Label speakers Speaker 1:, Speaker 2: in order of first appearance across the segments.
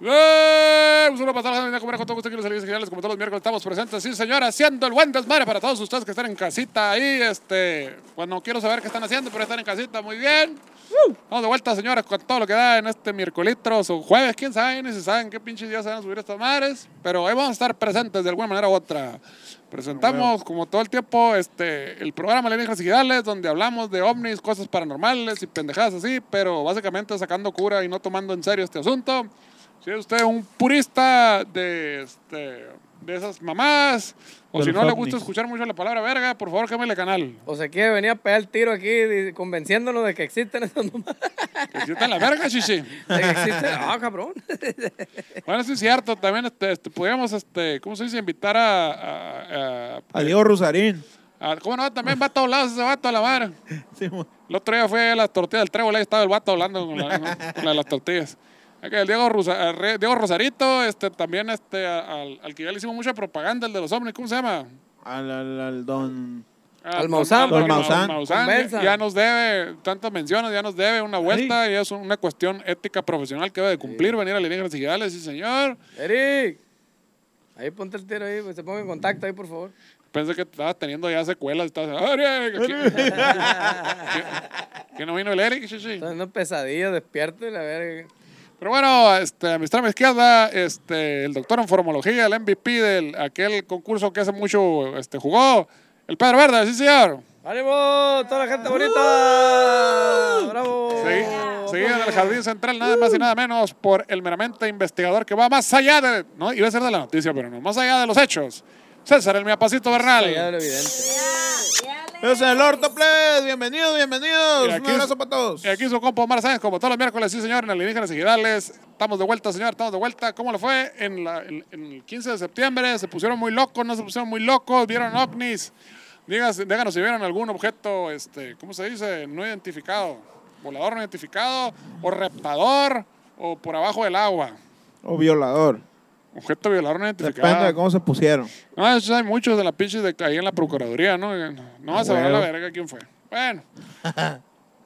Speaker 1: ¡Eh! Un saludo para toda la gente de comer con todo gusto aquí en los servicios generales. Como todos los miércoles estamos presentes, sí señora, haciendo el buen desmadre para todos ustedes que están en casita ahí. Este, bueno, quiero saber qué están haciendo, pero están en casita, muy bien. Vamos de vuelta, señores, con todo lo que da en este miércoles o jueves, quién sabe, ni se saben qué pinches días se van a subir estas madres, pero ahí vamos a estar presentes de alguna manera u otra. Presentamos, como todo el tiempo, este, el programa Alienígenas Sigidales, donde hablamos de ovnis, cosas paranormales y pendejadas así, pero básicamente sacando cura y no tomando en serio este asunto. Si es usted un purista de, este, de esas mamás, o
Speaker 2: De
Speaker 1: si
Speaker 2: los
Speaker 1: no le
Speaker 2: ovnis.
Speaker 1: gusta escuchar mucho la palabra verga, por favor, cámbiale canal.
Speaker 3: O sea, quiere venir a pegar el tiro aquí di- convenciéndonos de que existen esas mamadas.
Speaker 1: Que si está en la verga, chichi.
Speaker 3: De que existen. Ah, cabrón.
Speaker 1: Bueno, sí es cierto, también este, este, podríamos, este, ¿cómo se dice? Invitar a... a- a-
Speaker 2: A Diego Rusarín.
Speaker 1: a- ¿Cómo no? También va a todos lados ese vato a la madre.
Speaker 2: Sí, mo-
Speaker 1: El otro día fue a las tortillas del trébol, ahí estaba el vato hablando con la, con la de las tortillas. Acá El Diego, Rusa- el Re- Diego Rosarito, este, también este, a- al, al que ya le hicimos mucha propaganda, el de los ovnis, ¿cómo se llama?
Speaker 2: al, al, al don.
Speaker 1: Ah,
Speaker 3: Al Maussan,
Speaker 1: Don
Speaker 2: Don Maussan.
Speaker 1: Maussan,
Speaker 3: Convenza.
Speaker 1: ya, ya nos debe, tantas menciones, ya nos debe una vuelta y es una cuestión ética profesional que debe de cumplir, venir a alienígenas y Gidales, sí señor.
Speaker 3: Eric. Ahí ponte el tiro ahí, pues, se ponga en contacto ahí, por favor.
Speaker 1: Pensé que estabas teniendo ya secuelas. Estabas, "Eric, aquí- que- Que no vino el Eric, sí, sí.
Speaker 3: Está haciendo pesadillas, despierto y la verga.
Speaker 1: Pero bueno, este, a mi extrema izquierda, este, el doctor en formología, el MVP de aquel concurso que hace mucho este, jugó, el Pedro Verde, sí, señor.
Speaker 3: ¡Ánimo! ¡Toda la gente
Speaker 1: ¡Uh!
Speaker 3: bonita! ¡Bravo!
Speaker 1: Segui- Seguido en el jardín central, nada más y nada menos, por el meramente investigador que va más allá de. No, iba a ser de la noticia, pero no, más allá de los hechos. César, el miapacito Bernal.
Speaker 3: Ya lo evidente.
Speaker 2: Es el Orto Plebes. Bienvenidos, bienvenidos.
Speaker 1: Y
Speaker 2: Un
Speaker 1: aquí
Speaker 2: abrazo
Speaker 1: su-
Speaker 2: para todos.
Speaker 1: Y Eh, aquí su compa Omar Sáenz, como todos los miércoles, sí señor, en Alienígenas y Gidales. Estamos de vuelta, señor, estamos de vuelta. ¿Cómo le fue? En, la- en- en el 15 de septiembre se pusieron muy locos, no se pusieron muy locos, vieron ovnis. Dígas, díganos si vieron algún objeto, este, ¿cómo se dice? No identificado. Volador no identificado, o reptador, o por abajo del agua.
Speaker 2: O Oh, violador.
Speaker 1: Objeto violador no
Speaker 2: Depende de
Speaker 1: identificado.
Speaker 2: cómo se pusieron.
Speaker 1: No, esos hay muchos de la pinche de ahí en la Procuraduría, ¿no? Eh, No va a saber la
Speaker 2: huevo.
Speaker 1: verga quién fue. Bueno.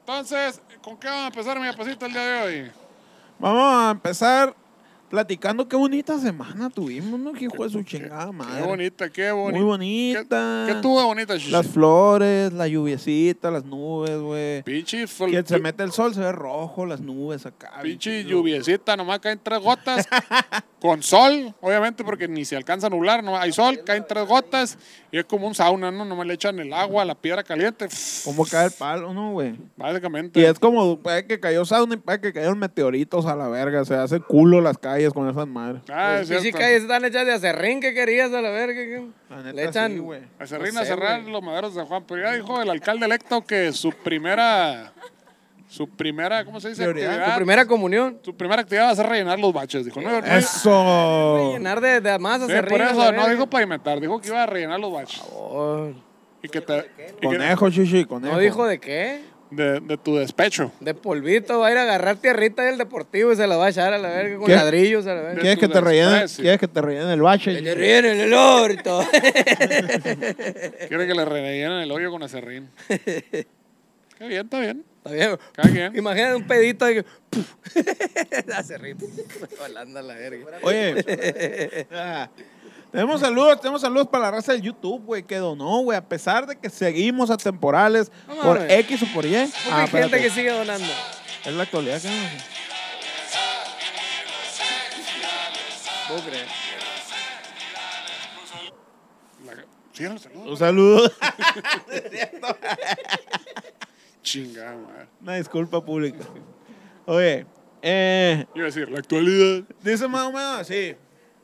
Speaker 1: Entonces, ¿con qué vamos a empezar mi apacito el día de hoy?
Speaker 2: Vamos a empezar platicando qué bonita semana tuvimos, ¿no? Que hijo de su chingada madre.
Speaker 1: Qué bonita, qué bonita.
Speaker 2: Muy bonita.
Speaker 1: ¿Qué, qué tuvo de bonita, Shishi?
Speaker 2: Las flores, la lluviecita, las nubes, güey.
Speaker 1: Pinche, fl-
Speaker 2: Que se mete el sol, se ve rojo, las nubes acá.
Speaker 1: pinche
Speaker 2: bien chido.
Speaker 1: lluviecita, nomás caen tres gotas. con sol, obviamente, porque ni se alcanza a nublar, no hay sol, caen tres gotas. Y es como un sauna, ¿no? Nomás le echan el agua, la piedra caliente.
Speaker 2: ¿Cómo cae el palo, no, güey?
Speaker 1: Básicamente.
Speaker 2: Y es como, parece que cayó sauna y parece que cayeron meteoritos a la verga. Se hace culo las calles con esas madres.
Speaker 1: Ah, es
Speaker 3: Y si
Speaker 1: cierto.
Speaker 3: calles están hechas de acerrín que querías a la verga. que-
Speaker 2: La neta,
Speaker 3: Le echan.
Speaker 2: sí, güey.
Speaker 1: Se ríen
Speaker 3: No
Speaker 1: a
Speaker 3: sé,
Speaker 1: cerrar
Speaker 3: güey.
Speaker 1: los maderos de Juan. Pero ya dijo el alcalde electo que su primera. Su primera, ¿cómo se dice?
Speaker 2: Prioridad.
Speaker 1: Actividad,
Speaker 3: Tu primera comunión.
Speaker 1: su primera actividad va a ser rellenar los baches. Dijo, no, no-
Speaker 2: ¡Eso!
Speaker 3: Llenar de, de más
Speaker 1: Sí,
Speaker 3: acerrín.
Speaker 1: Eh, por
Speaker 3: a la
Speaker 1: eso no
Speaker 3: verga.
Speaker 1: dijo pavimentar, dijo que iba a rellenar los baches.
Speaker 3: Oh,
Speaker 1: Y que te. y que-
Speaker 2: Conejo, chichi, conejo.
Speaker 3: ¿No dijo de qué?
Speaker 1: de, de tu despecho.
Speaker 3: De polvito, va a ir a agarrar tierrita del deportivo y se la va a echar a la verga con
Speaker 2: ¿Qué?
Speaker 3: ladrillos a la verga.
Speaker 2: ¿Quieres que te rellenen?
Speaker 1: Express, sí.
Speaker 2: ¿Quieres que te rellenen el bache?
Speaker 3: Que te ríen en el orto.
Speaker 1: Quiere que le rellenen el hoyo con acerrín. Qué bien, está bien.
Speaker 3: Está bien.
Speaker 1: Cada quien.
Speaker 3: Imagínate un pedito de que. ¡puf! Hace rito. Volando a la verga.
Speaker 2: Oye, ah, tenemos saludos, tenemos saludos para la raza del YouTube, güey, que donó, güey, a pesar de que seguimos atemporales
Speaker 3: No
Speaker 2: por
Speaker 3: mames.
Speaker 2: X o por Y.
Speaker 3: Porque
Speaker 2: Ah,
Speaker 3: hay gente
Speaker 2: espérate,
Speaker 3: que sigue donando.
Speaker 2: Es la actualidad, cabrón.
Speaker 3: ¿Vos crees?
Speaker 1: La- Sigan los saludos.
Speaker 2: Un saludo.
Speaker 1: Chingada madre.
Speaker 2: Una disculpa pública. Oye, eh,
Speaker 1: Iba a decir, la actualidad.
Speaker 2: dice más o menos así.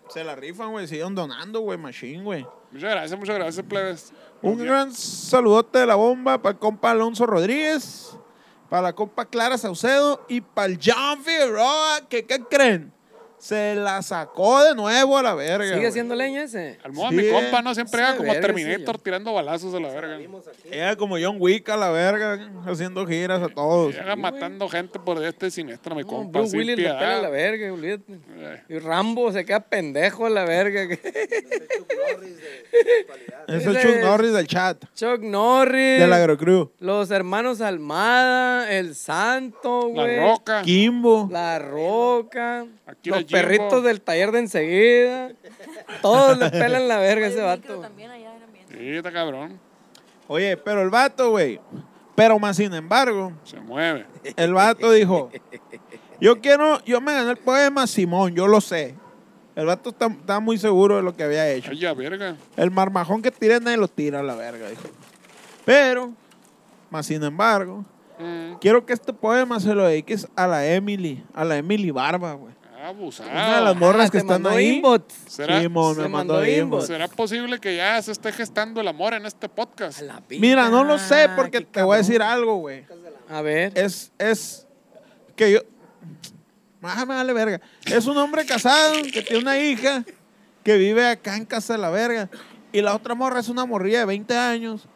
Speaker 2: Se la rifan, güey, siguen donando, güey, machín, güey.
Speaker 1: Muchas gracias, muchas gracias, plebes.
Speaker 2: Un gran saludote de la bomba para el compa Alonso Rodríguez, para la compa Clara Saucedo y para el John Figueroa, que ¿qué creen? Se la sacó de nuevo a la verga.
Speaker 3: ¿Sigue
Speaker 2: güey.
Speaker 3: haciendo leña ese?
Speaker 1: Almoda,
Speaker 2: Sí,
Speaker 1: mi
Speaker 2: eh.
Speaker 1: compa, ¿no? Siempre
Speaker 3: Esa
Speaker 1: llega como
Speaker 3: verga,
Speaker 1: Terminator
Speaker 3: sí,
Speaker 1: tirando balazos a la verga.
Speaker 2: Era como John Wick a la verga, haciendo giras a todos.
Speaker 1: Llega matando gente por este siniestro, mi
Speaker 3: No,
Speaker 1: compa.
Speaker 3: Bruce
Speaker 1: sin
Speaker 3: Willis la pela a la
Speaker 1: piedad.
Speaker 3: verga, olvídate.
Speaker 1: Eh,
Speaker 3: Y Rambo se queda pendejo a la verga.
Speaker 2: Ese es Chuck Norris del chat,
Speaker 3: Chuck Norris.
Speaker 2: del Agrocrew.
Speaker 3: Los hermanos Almada, el Santo,
Speaker 1: La
Speaker 3: güey.
Speaker 1: roca.
Speaker 2: Kimbo,
Speaker 3: La Roca.
Speaker 1: Aquí
Speaker 2: los
Speaker 3: perritos
Speaker 1: tiempo.
Speaker 3: del taller de enseguida. Todos le pelan la verga a ese
Speaker 4: Oye, el micro
Speaker 3: vato.
Speaker 4: también allá era ambiente.
Speaker 1: Sí, está cabrón.
Speaker 2: Oye, pero el vato, güey. Pero más sin embargo,
Speaker 1: Se mueve.
Speaker 2: el vato dijo, yo quiero, yo me gané el poema Simón, yo lo sé. El vato está, está muy seguro de lo que había hecho.
Speaker 1: Ay, ya, verga.
Speaker 2: El marmajón que tira nadie lo tira a la verga, dijo. Pero, más sin embargo,
Speaker 1: Mm.
Speaker 2: quiero que este poema se lo dediques a la Emily, a la Emily Barba, güey. Una de las
Speaker 1: Abusado.
Speaker 2: morras que
Speaker 3: Ah, te
Speaker 2: están
Speaker 3: mandó
Speaker 2: ahí.
Speaker 3: inbox.
Speaker 1: ¿Será,
Speaker 2: Simón,
Speaker 3: se
Speaker 2: me
Speaker 3: mandó
Speaker 2: mandó
Speaker 3: inbox.
Speaker 2: inbox.
Speaker 1: Pues ¿Será posible que ya se esté gestando el amor en este podcast?
Speaker 3: A la pica,
Speaker 2: Mira, no lo sé porque
Speaker 3: Ah, qué
Speaker 2: te voy a
Speaker 3: cabrón.
Speaker 2: decir Eh, algo, güey.
Speaker 3: A ver.
Speaker 2: Es, es que yo. Ah, me vale verga. Es un hombre casado que tiene una hija que vive acá en Casa de la Verga. Y la otra morra es una morrilla de 20 años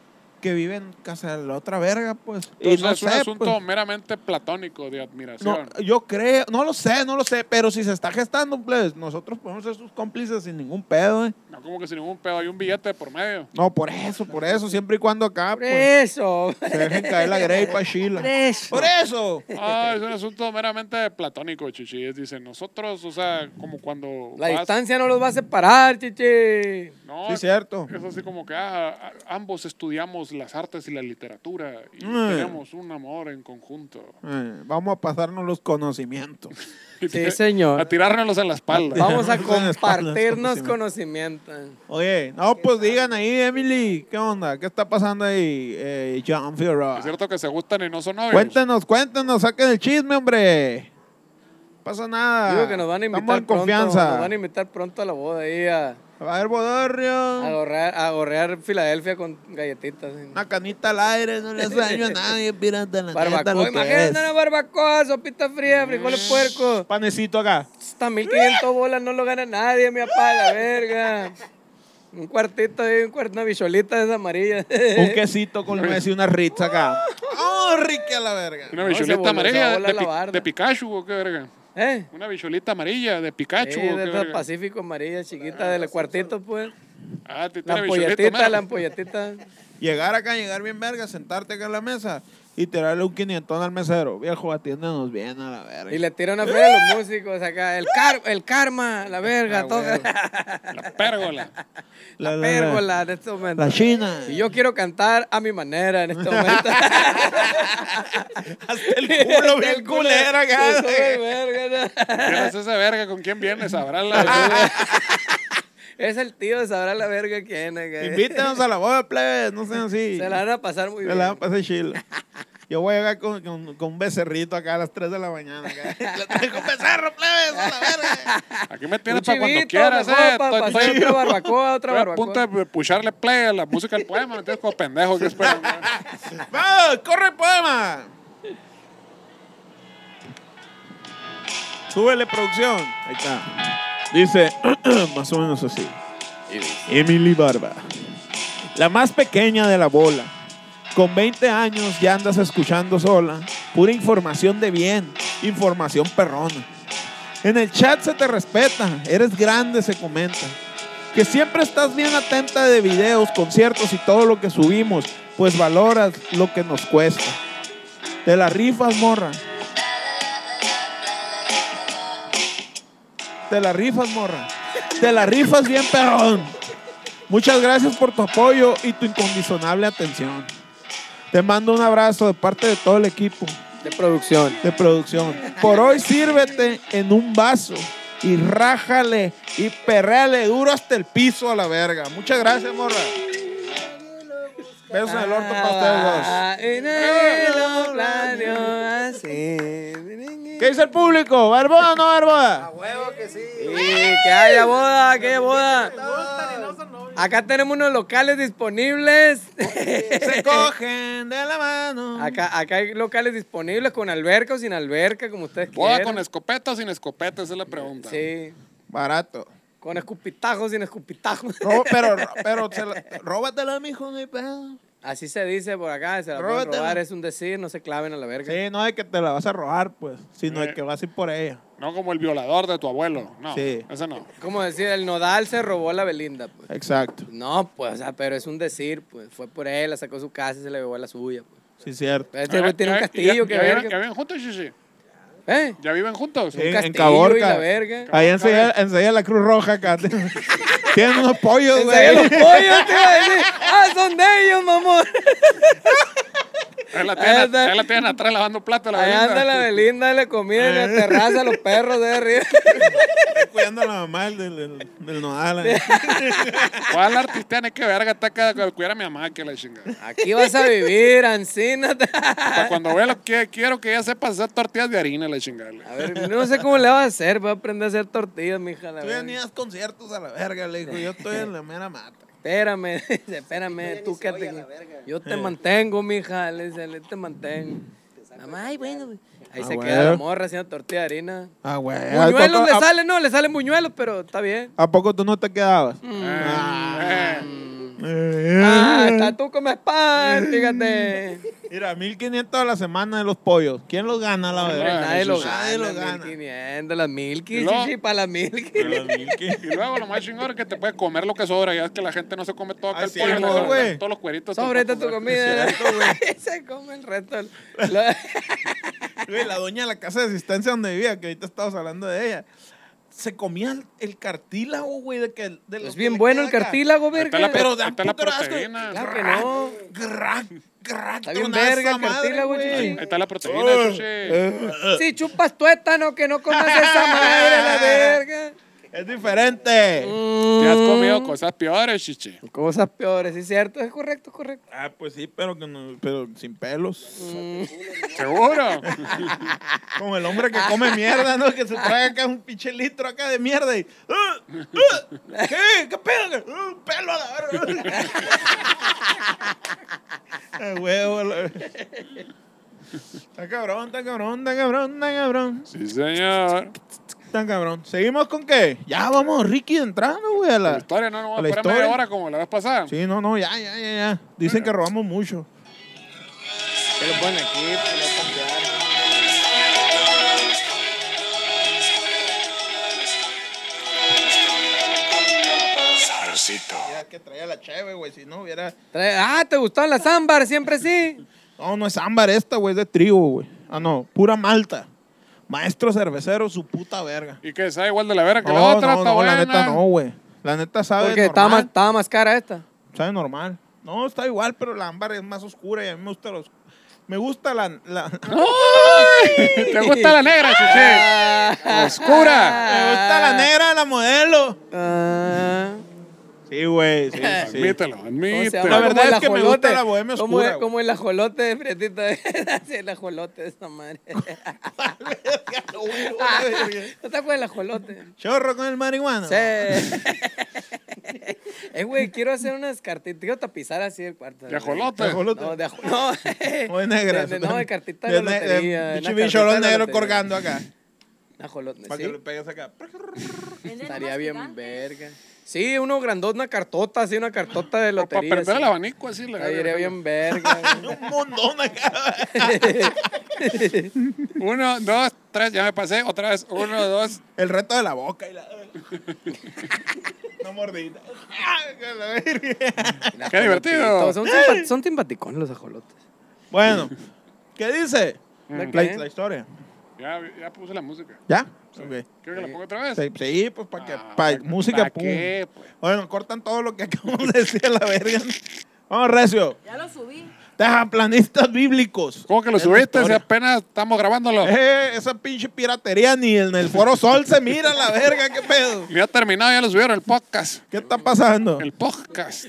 Speaker 2: que vive en Casa de la otra verga, pues. Y
Speaker 1: Entonces,
Speaker 2: no
Speaker 1: es un
Speaker 2: sé,
Speaker 1: asunto
Speaker 2: pues.
Speaker 1: meramente platónico de
Speaker 2: No,
Speaker 1: admiración.
Speaker 2: yo creo, no lo sé, no lo sé, pero si se está gestando, pues nosotros podemos ser sus cómplices sin ningún pedo, ¿eh?
Speaker 1: No, como que sin ningún pedo, hay un billete por medio.
Speaker 2: No, por eso, por eso, siempre y cuando acá,
Speaker 3: Por
Speaker 2: pues,
Speaker 3: eso.
Speaker 2: se dejen caer la grepa, Sheila.
Speaker 3: Por eso.
Speaker 2: Por eso.
Speaker 1: Ah, es un asunto meramente platónico, Chichi. Es, Dice, nosotros, o sea, como cuando.
Speaker 3: La
Speaker 1: vas-
Speaker 3: distancia no los va a separar, chiche.
Speaker 1: No,
Speaker 2: Sí,
Speaker 1: es-
Speaker 2: cierto.
Speaker 1: Es así como que ah, a- ambos estudiamos las artes y la literatura y
Speaker 2: Mm.
Speaker 1: tenemos un amor en conjunto.
Speaker 2: Eh, vamos a pasarnos los conocimientos.
Speaker 3: Sí, señor.
Speaker 1: A tirárnoslos a la espalda.
Speaker 3: Vamos a
Speaker 2: Tenemos en la espalda los
Speaker 3: compartirnos conocimiento.
Speaker 2: Oye, no, pues digan ahí, Emily, ¿qué onda? ¿Qué está pasando ahí, eh, John Fierro?
Speaker 1: Es cierto pues. que se gustan y no son novios.
Speaker 2: Cuéntenos, cuéntenos, saquen el chisme, hombre. No pasa nada.
Speaker 3: Digo que nos van a invitar
Speaker 2: Ah, Estamos en
Speaker 3: pronto.
Speaker 2: confianza.
Speaker 3: Nos van a invitar pronto a la boda ahí a,
Speaker 2: Va a haber
Speaker 3: a
Speaker 2: bodorrio,
Speaker 3: gorrear, a gorrear Filadelfia con galletitas. ¿sí?
Speaker 2: una canita al aire, no le hace daño a nadie, pirata. La neta, lo
Speaker 3: Barbacoa,
Speaker 2: que es.
Speaker 3: imagínate una barbacoa, sopita fría, frijoles puerco.
Speaker 2: Panecito acá.
Speaker 3: Hasta 1500 bolas no lo gana nadie, mi papá, la verga. Un cuartito ahí, un cuarto, una bicholita de esa amarilla.
Speaker 2: Un quesito con nuez y una ritz acá. ¡Oh, rique a la verga!
Speaker 1: Una
Speaker 3: No, se
Speaker 1: bicholita
Speaker 3: voló, se
Speaker 1: amarilla
Speaker 3: voló
Speaker 1: de,
Speaker 3: la
Speaker 1: Pi-
Speaker 3: barda.
Speaker 1: de Pikachu, ¿o qué verga?
Speaker 3: ¿Eh?
Speaker 1: Una bicholita amarilla de
Speaker 3: Sí,
Speaker 1: Pikachu, ¿o
Speaker 3: Eh, de
Speaker 1: qué
Speaker 3: esa
Speaker 1: verga?
Speaker 3: Pacífico amarilla chiquita del cuartito, pues.
Speaker 1: Ah, te
Speaker 3: La
Speaker 1: tiene bicholita,
Speaker 3: ampolletita,
Speaker 1: mero.
Speaker 3: la ampolletita.
Speaker 2: Llegar acá, llegar bien verga, sentarte acá en la mesa y tirarle un quinientón al mesero. Viejo, atiéndanos bien a la verga.
Speaker 3: Y le tira una feria a los músicos acá. El, car el karma, la verga,
Speaker 2: Ah,
Speaker 3: todo.
Speaker 2: huevo.
Speaker 1: La pérgola.
Speaker 3: La pérgola en este momento.
Speaker 2: La china.
Speaker 3: Y yo quiero cantar a mi manera en este momento.
Speaker 2: Hasta el culo bien
Speaker 3: El culo
Speaker 2: culera acá.
Speaker 3: se sube, verga, ¿no?
Speaker 1: ¿Quién es esa verga? ¿Con quién viene? Sabrá la verga.
Speaker 3: Es el tío, sabrá la verga quién acá.
Speaker 2: Invítanos a la boda, plebe, no sean así.
Speaker 3: Se la van a pasar muy
Speaker 2: Se
Speaker 3: bien.
Speaker 2: la van a pasar chila. Yo voy a llegar con, con, con un becerrito acá a las 3 de la mañana. acá. Le traigo un becerro, plebes, a la verga.
Speaker 1: Aquí me
Speaker 3: Un
Speaker 1: tienes para cuando
Speaker 3: chivito,
Speaker 1: quieras,
Speaker 3: mejor,
Speaker 1: eh.
Speaker 3: pa-
Speaker 1: Estoy-
Speaker 3: pasar
Speaker 1: estoy-
Speaker 3: otra barbacoa, otra
Speaker 1: estoy a punto
Speaker 3: barbacoa.
Speaker 1: de pucharle play a la música del poema. Me tienes como pendejo. ¿qué esperas, güey?
Speaker 2: ¡Vamos, corre el poema! Súbele producción. Ahí está. Dice, más o menos así. Emily Barba. La más pequeña de la bola. Con 20 años ya andas escuchando sola. Pura información de bien. Información perrona. En el chat se te respeta. Eres grande, se comenta. Que siempre estás bien atenta de videos, conciertos y todo lo que subimos. Pues valoras lo que nos cuesta. Te la rifas, morra. Te la rifas, morra. Te la rifas bien, perrón. Muchas gracias por tu apoyo y tu incondicionable atención. Te mando un abrazo de parte de todo el equipo
Speaker 3: De producción.
Speaker 2: de producción. Por hoy sírvete en un vaso y rájale y perréale duro hasta el piso a la verga. Muchas gracias, morra. Besos en el orto para ustedes dos.
Speaker 3: Ah, y nadie lo planeó así.
Speaker 2: ¿Qué dice el público? ¿Barboda o no barboda?
Speaker 5: Huevo que sí.
Speaker 3: Y que haya boda, que haya boda. Acá tenemos unos locales disponibles.
Speaker 2: Se cogen de la mano.
Speaker 3: Acá, acá hay locales disponibles con alberca o sin alberca, como ustedes
Speaker 1: ¿Boda
Speaker 3: quieran.
Speaker 1: con escopeta o sin escopeta? Esa es la pregunta.
Speaker 3: Sí,
Speaker 2: Barato.
Speaker 3: con escupitajo, sin escupitajo.
Speaker 2: Ro- pero, pero, se la- róbatela, mijo, no hay pedo.
Speaker 3: Así se dice por acá, se la pueden
Speaker 2: Róbatela.
Speaker 3: robar, es un decir, no se claven a la verga.
Speaker 2: Sí, no es que te la vas a robar, pues, sino
Speaker 1: Eh.
Speaker 2: es que vas a ir por ella.
Speaker 1: No como el violador de tu abuelo. No,
Speaker 2: Sí.
Speaker 1: ese no.
Speaker 3: Como decir, el nodal se robó la Belinda, pues.
Speaker 2: Exacto.
Speaker 3: No, pues, o sea, pero es un decir, pues. Fue por él, la sacó de su casa y se le llevó a la suya, pues.
Speaker 2: Sí, cierto.
Speaker 3: Pero este güey tiene un
Speaker 1: Ah, Ya- ya-
Speaker 3: castillo,
Speaker 1: ya-
Speaker 3: que
Speaker 1: ya vieron-
Speaker 3: verga.
Speaker 1: ¿Ya ven juntos, Chichi?
Speaker 3: ¿Eh?
Speaker 1: ¿Ya viven juntos?
Speaker 2: Sí. En- en
Speaker 3: castillo
Speaker 2: Caborca.
Speaker 3: y la verga.
Speaker 2: Ahí enseguida, enseguida la Cruz Roja acá. Tienen unos pollos,
Speaker 3: Enseguida
Speaker 2: güey.
Speaker 3: los pollos, te iba a decir. Ah, son de ellos, mamón.
Speaker 1: Ahí la
Speaker 3: Ahí
Speaker 1: tienen,
Speaker 3: anda.
Speaker 1: ahí la tienen atrás lavando plato. La
Speaker 3: Ahí
Speaker 1: Belinda. Eh.
Speaker 3: anda la Belinda, le comida en la terraza a los perros de arriba.
Speaker 2: Cuidando a la mamá del, del, del Nodal. eh.
Speaker 1: ¿Cuál artistiana? que verga está acá a cuidar a mi mamá que la chingada.
Speaker 3: Aquí vas a vivir, Ancina.
Speaker 1: Para cuando vea lo que quiero que ella sepa hacer tortillas de harina la chingada. Eh,
Speaker 3: A ver, no sé cómo le va a hacer, va a aprender a hacer tortillas, mija. La
Speaker 2: Tú ya ni
Speaker 3: verga.
Speaker 2: das conciertos a la verga, le dijo. Yo estoy en la mera mata.
Speaker 3: espérame, dice, espérame,
Speaker 4: Ya ni
Speaker 3: tú
Speaker 4: se
Speaker 3: que
Speaker 4: oye
Speaker 3: te-
Speaker 4: la verga.
Speaker 3: Yo te mantengo, mija, le dice, le- te mantengo. Mamá, ay, bueno. güey. Ahí
Speaker 2: Ah,
Speaker 3: se
Speaker 2: bueno.
Speaker 3: queda la morra haciendo tortilla de harina.
Speaker 2: Ah, güey. ¿A
Speaker 3: Buñuelos
Speaker 2: poco,
Speaker 3: le
Speaker 2: a-
Speaker 3: sale, no, le salen buñuelos, pero está bien.
Speaker 2: ¿a poco tú no te quedabas?
Speaker 1: Ah, eh.
Speaker 2: Eh.
Speaker 3: Mm. Ah, está tú como pan, fíjate.
Speaker 2: Mira, 1500 a la semana de los pollos. ¿Quién los gana, la verdad?
Speaker 3: Nadie lo gana.
Speaker 2: Nadie lo gana.
Speaker 3: 1500, las
Speaker 1: Y
Speaker 3: milky,
Speaker 1: luego-
Speaker 3: sí, sí, para las milky.
Speaker 2: Los 1500.
Speaker 1: Y luego lo más chingón es que te puedes comer lo que sobra. Ya es que la gente no se come todo
Speaker 2: Ah,
Speaker 1: aquel
Speaker 2: sí,
Speaker 1: pollo,
Speaker 2: amor,
Speaker 1: le sobran
Speaker 2: güey.
Speaker 1: todos los cueritos.
Speaker 3: Sobre esta
Speaker 1: todo
Speaker 3: tu
Speaker 1: para comer.
Speaker 3: comida. Se come el resto. Lo-
Speaker 2: Güey, la doña de la casa de asistencia donde vivía, que ahorita estamos hablando de ella, se comía el, el cartílago, güey. De que, de lo
Speaker 3: Es
Speaker 2: que
Speaker 3: bien
Speaker 2: le
Speaker 3: bueno
Speaker 2: queda
Speaker 3: el
Speaker 2: acá.
Speaker 3: cartílago,
Speaker 1: Ahí está la,
Speaker 2: Pero
Speaker 3: verga.
Speaker 1: pero
Speaker 2: da
Speaker 1: está la
Speaker 2: puto asco.
Speaker 1: proteína.
Speaker 3: Claro que no.
Speaker 2: Grac, grac,
Speaker 3: Está bien
Speaker 2: tronada
Speaker 3: verga
Speaker 2: esa
Speaker 3: el cartílago,
Speaker 2: güey.
Speaker 1: Ahí está la proteína, chuchi.
Speaker 3: Si chupas tuétano, que no comas esa madre, la verga.
Speaker 2: Es diferente.
Speaker 3: Mm.
Speaker 1: Te has comido cosas peores, chichi.
Speaker 3: Cosas peores, ¿sí es cierto? Es correcto, es correcto.
Speaker 2: Ah, pues sí, pero, que no- pero sin pelos.
Speaker 1: Seguro.
Speaker 2: Como el hombre que come mierda, ¿no? Que se traga acá un pinche litro acá de mierda y... "Ah, ah, ¿Qué? ¿Qué pedo? Ah, Un pelo a la verga. Ah, huevo, la- Está cabrón, está cabrón, está cabrón, está cabrón.
Speaker 1: Sí, señor.
Speaker 2: Está cabrón. ¿Seguimos con qué? Ya vamos, Ricky, entrando, güey, a
Speaker 1: La
Speaker 2: la...
Speaker 1: historia no nos va a
Speaker 2: la
Speaker 1: esperar
Speaker 2: historia.
Speaker 1: media hora como la vez pasada.
Speaker 2: Sí, no, no, ya, ya, ya, ya. Dicen que robamos mucho.
Speaker 3: Que lo ponen aquí,
Speaker 2: Ya que traía la cheve, güey, si no hubiera...
Speaker 3: Ah, ¿te gustaban las ámbar? Siempre sí.
Speaker 2: No, no es ámbar esta, güey, es de trigo, güey. Ah, no, pura malta. Maestro cervecero, su puta verga.
Speaker 1: Y que sabe igual de la vera que
Speaker 2: No,
Speaker 1: la otra.
Speaker 2: no,
Speaker 1: está
Speaker 2: no, la
Speaker 1: buena.
Speaker 2: neta no, güey. La neta sabe
Speaker 3: Porque
Speaker 2: normal.
Speaker 3: estaba más, estaba más cara esta.
Speaker 2: Sabe normal. No, está igual, pero la ámbar es más oscura y a mí me gusta los... Me gusta la... la-
Speaker 1: ¿Te gusta la negra, chichi?
Speaker 2: Ah.
Speaker 1: Oscura.
Speaker 2: me gusta la negra, la modelo.
Speaker 3: Ah.
Speaker 2: Sí, güey, sí, sí.
Speaker 1: Admítelo,
Speaker 3: ¿Cómo se
Speaker 1: admítelo.
Speaker 3: llama?
Speaker 2: La verdad
Speaker 3: Como el
Speaker 2: es que me
Speaker 3: ajolote.
Speaker 2: gusta la bohemia
Speaker 3: Como
Speaker 2: oscura,
Speaker 3: el-
Speaker 2: güey.
Speaker 3: Como el ajolote de fretito. Así el ajolote de esa madre. ¿No te acuerdas del ajolote?
Speaker 2: Chorro con el marihuana.
Speaker 3: Sí. eh, güey, quiero hacer unas cartitas. Quiero tapizar así el cuarto.
Speaker 1: De ajolote.
Speaker 2: Ajolote.
Speaker 3: No, de ajo- No,
Speaker 2: O de negra.
Speaker 3: De, de- no, de cartita
Speaker 2: De
Speaker 3: de,
Speaker 2: ne- de
Speaker 3: lotería. una
Speaker 2: pinche
Speaker 3: cartita
Speaker 2: bicholón
Speaker 3: de la
Speaker 2: negro
Speaker 3: lotería.
Speaker 2: colgando acá.
Speaker 3: Ajolote,
Speaker 2: Para que le
Speaker 3: sí.
Speaker 2: pegues acá.
Speaker 3: Estaría bien verga. Sí, uno grandón, una cartota, así, una cartota de
Speaker 1: Para
Speaker 3: lotería.
Speaker 1: perder
Speaker 3: sí.
Speaker 1: el abanico así. Ah, la
Speaker 3: Estaría
Speaker 1: verga.
Speaker 3: bien verga. güey.
Speaker 2: Un montón acá.
Speaker 1: Uno, dos, tres. Ya me pasé. Otra vez. Uno, dos.
Speaker 2: El reto de la boca y la. Una Ah, mordida.
Speaker 1: Qué divertido.
Speaker 3: Todos Son, simpa- son simpaticones los ajolotes. ¿Eh?
Speaker 2: bueno, ¿qué dice?
Speaker 1: Mm.
Speaker 3: ¿De
Speaker 2: La,
Speaker 3: qué?
Speaker 2: la historia.
Speaker 1: Ya, ya puse la música.
Speaker 2: ¿Ya? Ok.
Speaker 1: ¿Quieres que la ponga otra vez?
Speaker 2: Sí, sí, pues para que.
Speaker 1: Ah,
Speaker 2: pa-
Speaker 1: ¿pa-
Speaker 2: música
Speaker 1: pa'
Speaker 2: pum.
Speaker 1: qué, pues?
Speaker 2: Bueno, cortan todo lo que acabamos de decir a la verga. Vamos, Recio.
Speaker 4: Ya lo subí.
Speaker 2: Tejaplanistas bíblicos.
Speaker 1: ¿Cómo que lo
Speaker 2: Es la
Speaker 1: subiste si
Speaker 2: historia.
Speaker 1: apenas estamos grabándolo?
Speaker 2: Eh, esa pinche piratería ni en el Foro Sol se mira la verga, qué pedo.
Speaker 1: Ya terminado, ya lo subieron el podcast.
Speaker 2: ¿Qué está pasando?
Speaker 1: El podcast.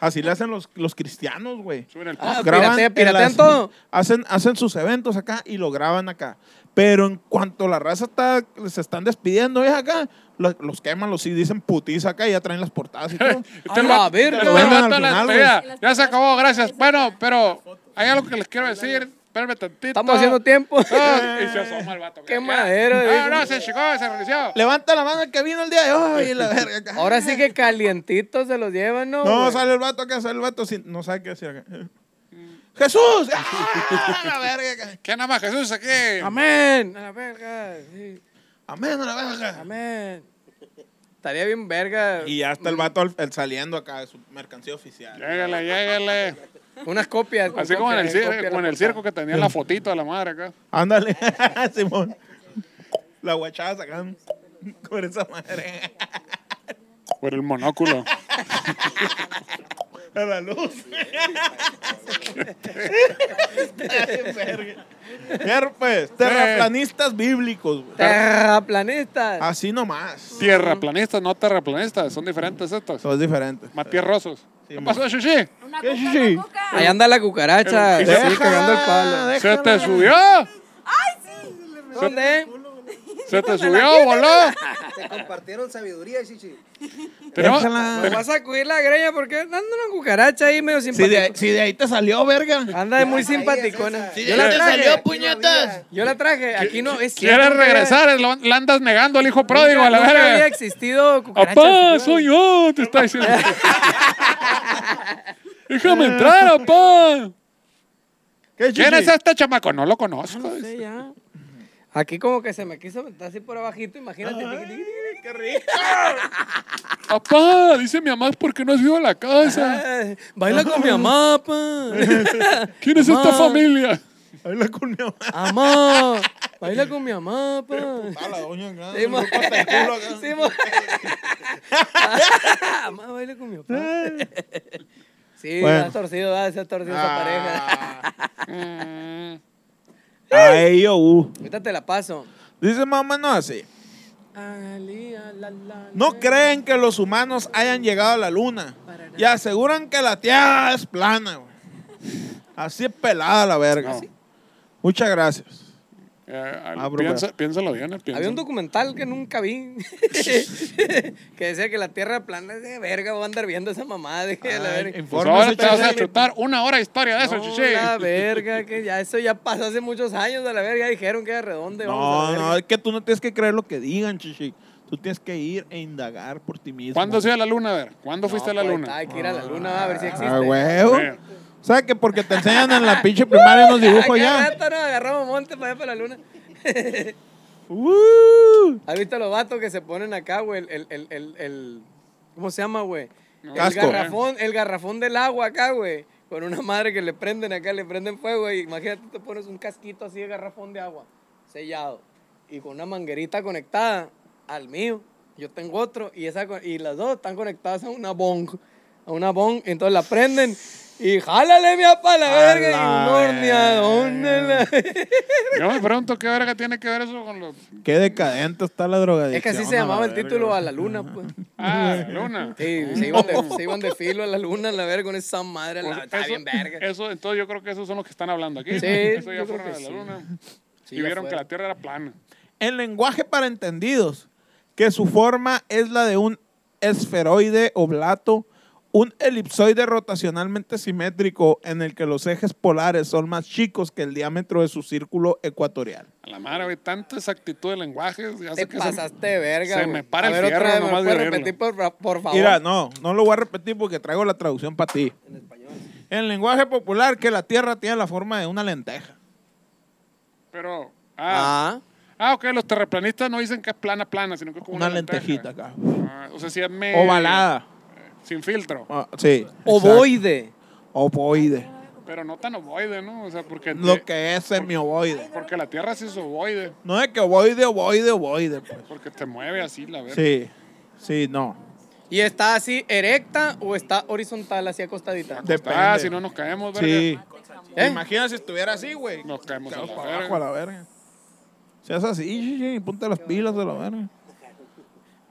Speaker 2: Así le hacen los, los cristianos, güey.
Speaker 1: Suben el
Speaker 3: Ah,
Speaker 1: podcast.
Speaker 3: piratea-
Speaker 2: en
Speaker 3: piratean
Speaker 2: las-
Speaker 3: todo.
Speaker 2: Hacen, hacen sus eventos acá y lo graban acá. Pero en cuanto la raza está, se están despidiendo, es acá, los, los queman, los sí dicen putiza acá y ya traen las portadas y todo.
Speaker 1: Este
Speaker 3: A la
Speaker 1: va-
Speaker 3: verga.
Speaker 1: este
Speaker 2: Lo venden
Speaker 1: vato
Speaker 2: al
Speaker 1: la
Speaker 2: final,
Speaker 1: despedida.
Speaker 4: güey.
Speaker 1: Ya se acabó, gracias. Bueno, pero hay algo que les quiero decir. Espérame tantito.
Speaker 3: Estamos haciendo tiempo.
Speaker 1: Ah, y se asoma el vato.
Speaker 3: Qué
Speaker 1: Ya.
Speaker 3: madero,
Speaker 1: No,
Speaker 3: dijo.
Speaker 1: no, se chicó, se reinició.
Speaker 2: Levanta la mano el que vino el día de hoy y la verga acá.
Speaker 3: Ahora sí que calientitos se los llevan, ¿no?
Speaker 2: No,
Speaker 3: güey?
Speaker 2: sale el vato acá, sale el vato sin, no sabe qué decir acá. ¡Jesús! ¡Ah, la verga acá!
Speaker 1: ¿Qué nada más, Jesús? Aquí.
Speaker 3: Amén. A la verga. sí,
Speaker 2: ¡Amén, a la verga!
Speaker 3: Amén. Estaría bien verga.
Speaker 2: Y ya está el vato al- al saliendo acá de su mercancía oficial.
Speaker 1: Lléguele, lléguele.
Speaker 3: Unas copias. con
Speaker 1: Así como en el,
Speaker 3: copias,
Speaker 1: cir-
Speaker 3: copias,
Speaker 1: como en el
Speaker 3: portada.
Speaker 1: circo que tenía la fotito de la madre acá.
Speaker 2: Ándale, Simón. La guachada sacando con esa madre.
Speaker 1: Por el monóculo.
Speaker 2: A la luz. Mira, pues, terraplanistas bíblicos, güey.
Speaker 3: Terraplanistas.
Speaker 1: Ah,
Speaker 2: Así nomás.
Speaker 1: Tierraplanistas, no terraplanistas. Son diferentes estos.
Speaker 2: Todo es diferente.
Speaker 1: Más tierrosos.
Speaker 2: Sí,
Speaker 1: ¿Qué
Speaker 2: mo-
Speaker 1: pasó, Shishi?
Speaker 4: Una
Speaker 2: ¿Qué
Speaker 4: coca,
Speaker 2: es eso?
Speaker 4: una coca.
Speaker 3: Ahí anda la cucaracha.
Speaker 1: El- Ah,
Speaker 3: Sí,
Speaker 1: Déjala,
Speaker 3: cagando el
Speaker 1: ¿Se
Speaker 3: palo.
Speaker 1: te
Speaker 2: déjala.
Speaker 1: subió?
Speaker 3: ¿Dónde?
Speaker 1: ¿Se te subió? ¿Voló?
Speaker 5: Se compartieron sabiduría, chichi.
Speaker 1: Tenemos-
Speaker 2: Déjala.
Speaker 3: Me vas a sacudir la greña porque anda una cucaracha ahí medio
Speaker 2: Si de,
Speaker 3: simpática.
Speaker 2: si de ahí te salió, verga.
Speaker 3: Anda de muy
Speaker 5: Ahí es
Speaker 3: simpaticona.
Speaker 5: esa.
Speaker 2: Si de
Speaker 3: Yo
Speaker 2: ahí
Speaker 3: Ah, la
Speaker 2: te
Speaker 3: traje.
Speaker 2: salió, puñetas.
Speaker 3: Yo la traje. Aquí no es cierto.
Speaker 1: ¿Quieres
Speaker 3: nunca
Speaker 1: regresar? Lo- La andas negando al hijo
Speaker 3: había-
Speaker 1: pródigo, a la
Speaker 3: nunca había
Speaker 1: verga.
Speaker 3: existido cucaracha.
Speaker 1: ¡Apá, soy yo! Te está diciendo. ¡Déjame entrar, apá!
Speaker 2: ¿Qué,
Speaker 1: ¿Quién
Speaker 2: Chichi?
Speaker 1: es este chamaco? No lo conozco.
Speaker 3: No sé ya. Aquí como que se me quiso meter así por abajito, imagínate. tiqui, tiqui, tiqui.
Speaker 1: Apá, dice mi mamá, es porque no has ido a la casa.
Speaker 3: Ay, Baila con mi mamá, pa.
Speaker 1: ¿Quién es esta
Speaker 3: Mamá.
Speaker 1: familia?
Speaker 2: Ahí la cuña.
Speaker 3: Amá, baila con mi mamá, pa.
Speaker 2: A la doña, ¿no?
Speaker 3: Sí, mo.
Speaker 2: El grupo hasta el culo acá.
Speaker 3: Sí, mo. Amá, baila con mi papá. Sí,
Speaker 2: Bueno.
Speaker 3: se ha torcido, va, se ha torcido esa
Speaker 1: Ah.
Speaker 3: pareja.
Speaker 1: Mm.
Speaker 2: Ay, yo, uh.
Speaker 3: Ahorita te la paso.
Speaker 2: Dice más o menos así. Ah, No creen que los humanos hayan llegado a la luna y aseguran que la tierra es plana. güey. Así es pelada la
Speaker 3: ¿Ah,
Speaker 2: verga.
Speaker 1: No.
Speaker 2: Muchas gracias.
Speaker 1: Eh, al-
Speaker 2: Ah, bro,
Speaker 1: piensa- piénsalo bien, eh, piénsalo.
Speaker 3: Había un documental que nunca vi que decía que la tierra plana es de verga, voy a andar viendo esa mamada. dije, la
Speaker 2: Ay,
Speaker 3: verga.
Speaker 1: Pues
Speaker 2: infórmese,
Speaker 1: ahora te vas a
Speaker 2: chaval.
Speaker 1: chutar una hora de historia de eso,
Speaker 3: No,
Speaker 1: chichi.
Speaker 3: la verga, que ya eso ya pasó hace muchos años, a la verga, ya dijeron que era redondo. vamos a
Speaker 2: No,
Speaker 3: la
Speaker 2: no,
Speaker 3: verga.
Speaker 2: es que tú no tienes que creer lo que digan, chichi. Tú tienes que ir e indagar por ti mismo.
Speaker 1: ¿Cuándo has ido a la luna? A ver, ¿cuándo fuiste a la
Speaker 3: pues,
Speaker 1: luna?
Speaker 3: Hay que ir a la luna a ver si existe.
Speaker 2: Ah, huevo.
Speaker 1: Sí.
Speaker 2: O sea, que porque te enseñan en la pinche primaria unos dibujos
Speaker 3: Ay, qué
Speaker 2: ya.
Speaker 3: rato nos agarramos monte para allá para la luna.
Speaker 2: Uh,
Speaker 3: ¿Has visto los vatos que se ponen acá, güey? El, el, el, el, el- ¿Cómo se llama, güey? El
Speaker 2: Casco.
Speaker 3: garrafón, el garrafón del agua acá, güey. Con una madre que le prenden acá, le prenden fuego. Y imagínate, te pones un casquito así de garrafón de agua, sellado. Y con una manguerita conectada al mío. Yo tengo otro. Y, esa, co- y las dos están conectadas a una bong. A una bong. Entonces la prenden. Y jálale, mi apa, la
Speaker 2: A
Speaker 3: verga.
Speaker 2: la
Speaker 3: Y un horneadón. de la-
Speaker 1: Yo me pregunto qué verga tiene que ver eso con los.
Speaker 2: qué decadente está la drogadicción.
Speaker 3: Es que así se
Speaker 2: a la
Speaker 3: llamaba el
Speaker 2: verga.
Speaker 3: título a la luna, pues.
Speaker 1: Ah, la luna.
Speaker 3: Sí, se, iban de, se iban de filo a la luna, a la verga, con esa madre,
Speaker 1: Pues,
Speaker 3: la, está
Speaker 1: eso-
Speaker 3: bien verga.
Speaker 1: Eso, entonces yo creo que esos son los que están hablando aquí.
Speaker 3: Sí,
Speaker 1: eso ya
Speaker 3: yo creo
Speaker 1: fueron a la
Speaker 3: que sí.
Speaker 1: luna.
Speaker 3: Sí,
Speaker 1: y
Speaker 3: ya
Speaker 1: vieron que
Speaker 3: fueron.
Speaker 1: la Tierra era plana.
Speaker 2: En lenguaje para entendidos, que su forma es la de un esferoide oblato, un elipsoide rotacionalmente simétrico en el que los ejes polares son más chicos que el diámetro de su círculo ecuatorial.
Speaker 1: A la madre, güey, tanta exactitud de lenguajes. ya sé
Speaker 3: Te
Speaker 1: que se-
Speaker 3: pasaste de verga,
Speaker 1: se
Speaker 3: güey.
Speaker 1: me para
Speaker 3: A
Speaker 1: el
Speaker 3: ver, otra
Speaker 1: fierro
Speaker 3: vez, ¿me
Speaker 1: nomás de
Speaker 3: puedes
Speaker 1: oírlo.
Speaker 3: repetir, por, fa- por favor?
Speaker 2: Mira, no, no lo voy a repetir porque traigo la traducción para ti. En lenguaje popular, que la Tierra tiene la forma de una lenteja.
Speaker 1: Pero. Ah,
Speaker 3: Ah.
Speaker 1: ah, ok, los terraplanistas no dicen que es plana, plana, sino que es como una,
Speaker 2: Una lentejita acá.
Speaker 1: Ah, o sea, si es medio.
Speaker 2: Ovalada.
Speaker 1: Sin filtro.
Speaker 2: Ah, sí. exacto.
Speaker 3: Ovoide.
Speaker 2: Ovoide.
Speaker 1: Pero no tan ovoide, ¿no? O sea, porque.
Speaker 2: Lo que es semiovoide.
Speaker 1: Porque la Tierra sí es ovoide.
Speaker 2: No es que ovoide, ovoide, ovoide, pues.
Speaker 1: Porque te mueve así, la verga.
Speaker 2: Sí, sí, no.
Speaker 3: ¿Y está así erecta o está horizontal, así acostadita?
Speaker 2: De-
Speaker 1: Ah,
Speaker 2: Depende.
Speaker 1: si no nos caemos, verga.
Speaker 2: Sí.
Speaker 3: ¿Eh?
Speaker 2: Imagina si estuviera así, güey.
Speaker 1: Nos caemos a
Speaker 2: Caos
Speaker 1: la
Speaker 2: para
Speaker 1: verga.
Speaker 2: abajo a la verga. Si haces así, sí, sí, ponte las pilas de la verga.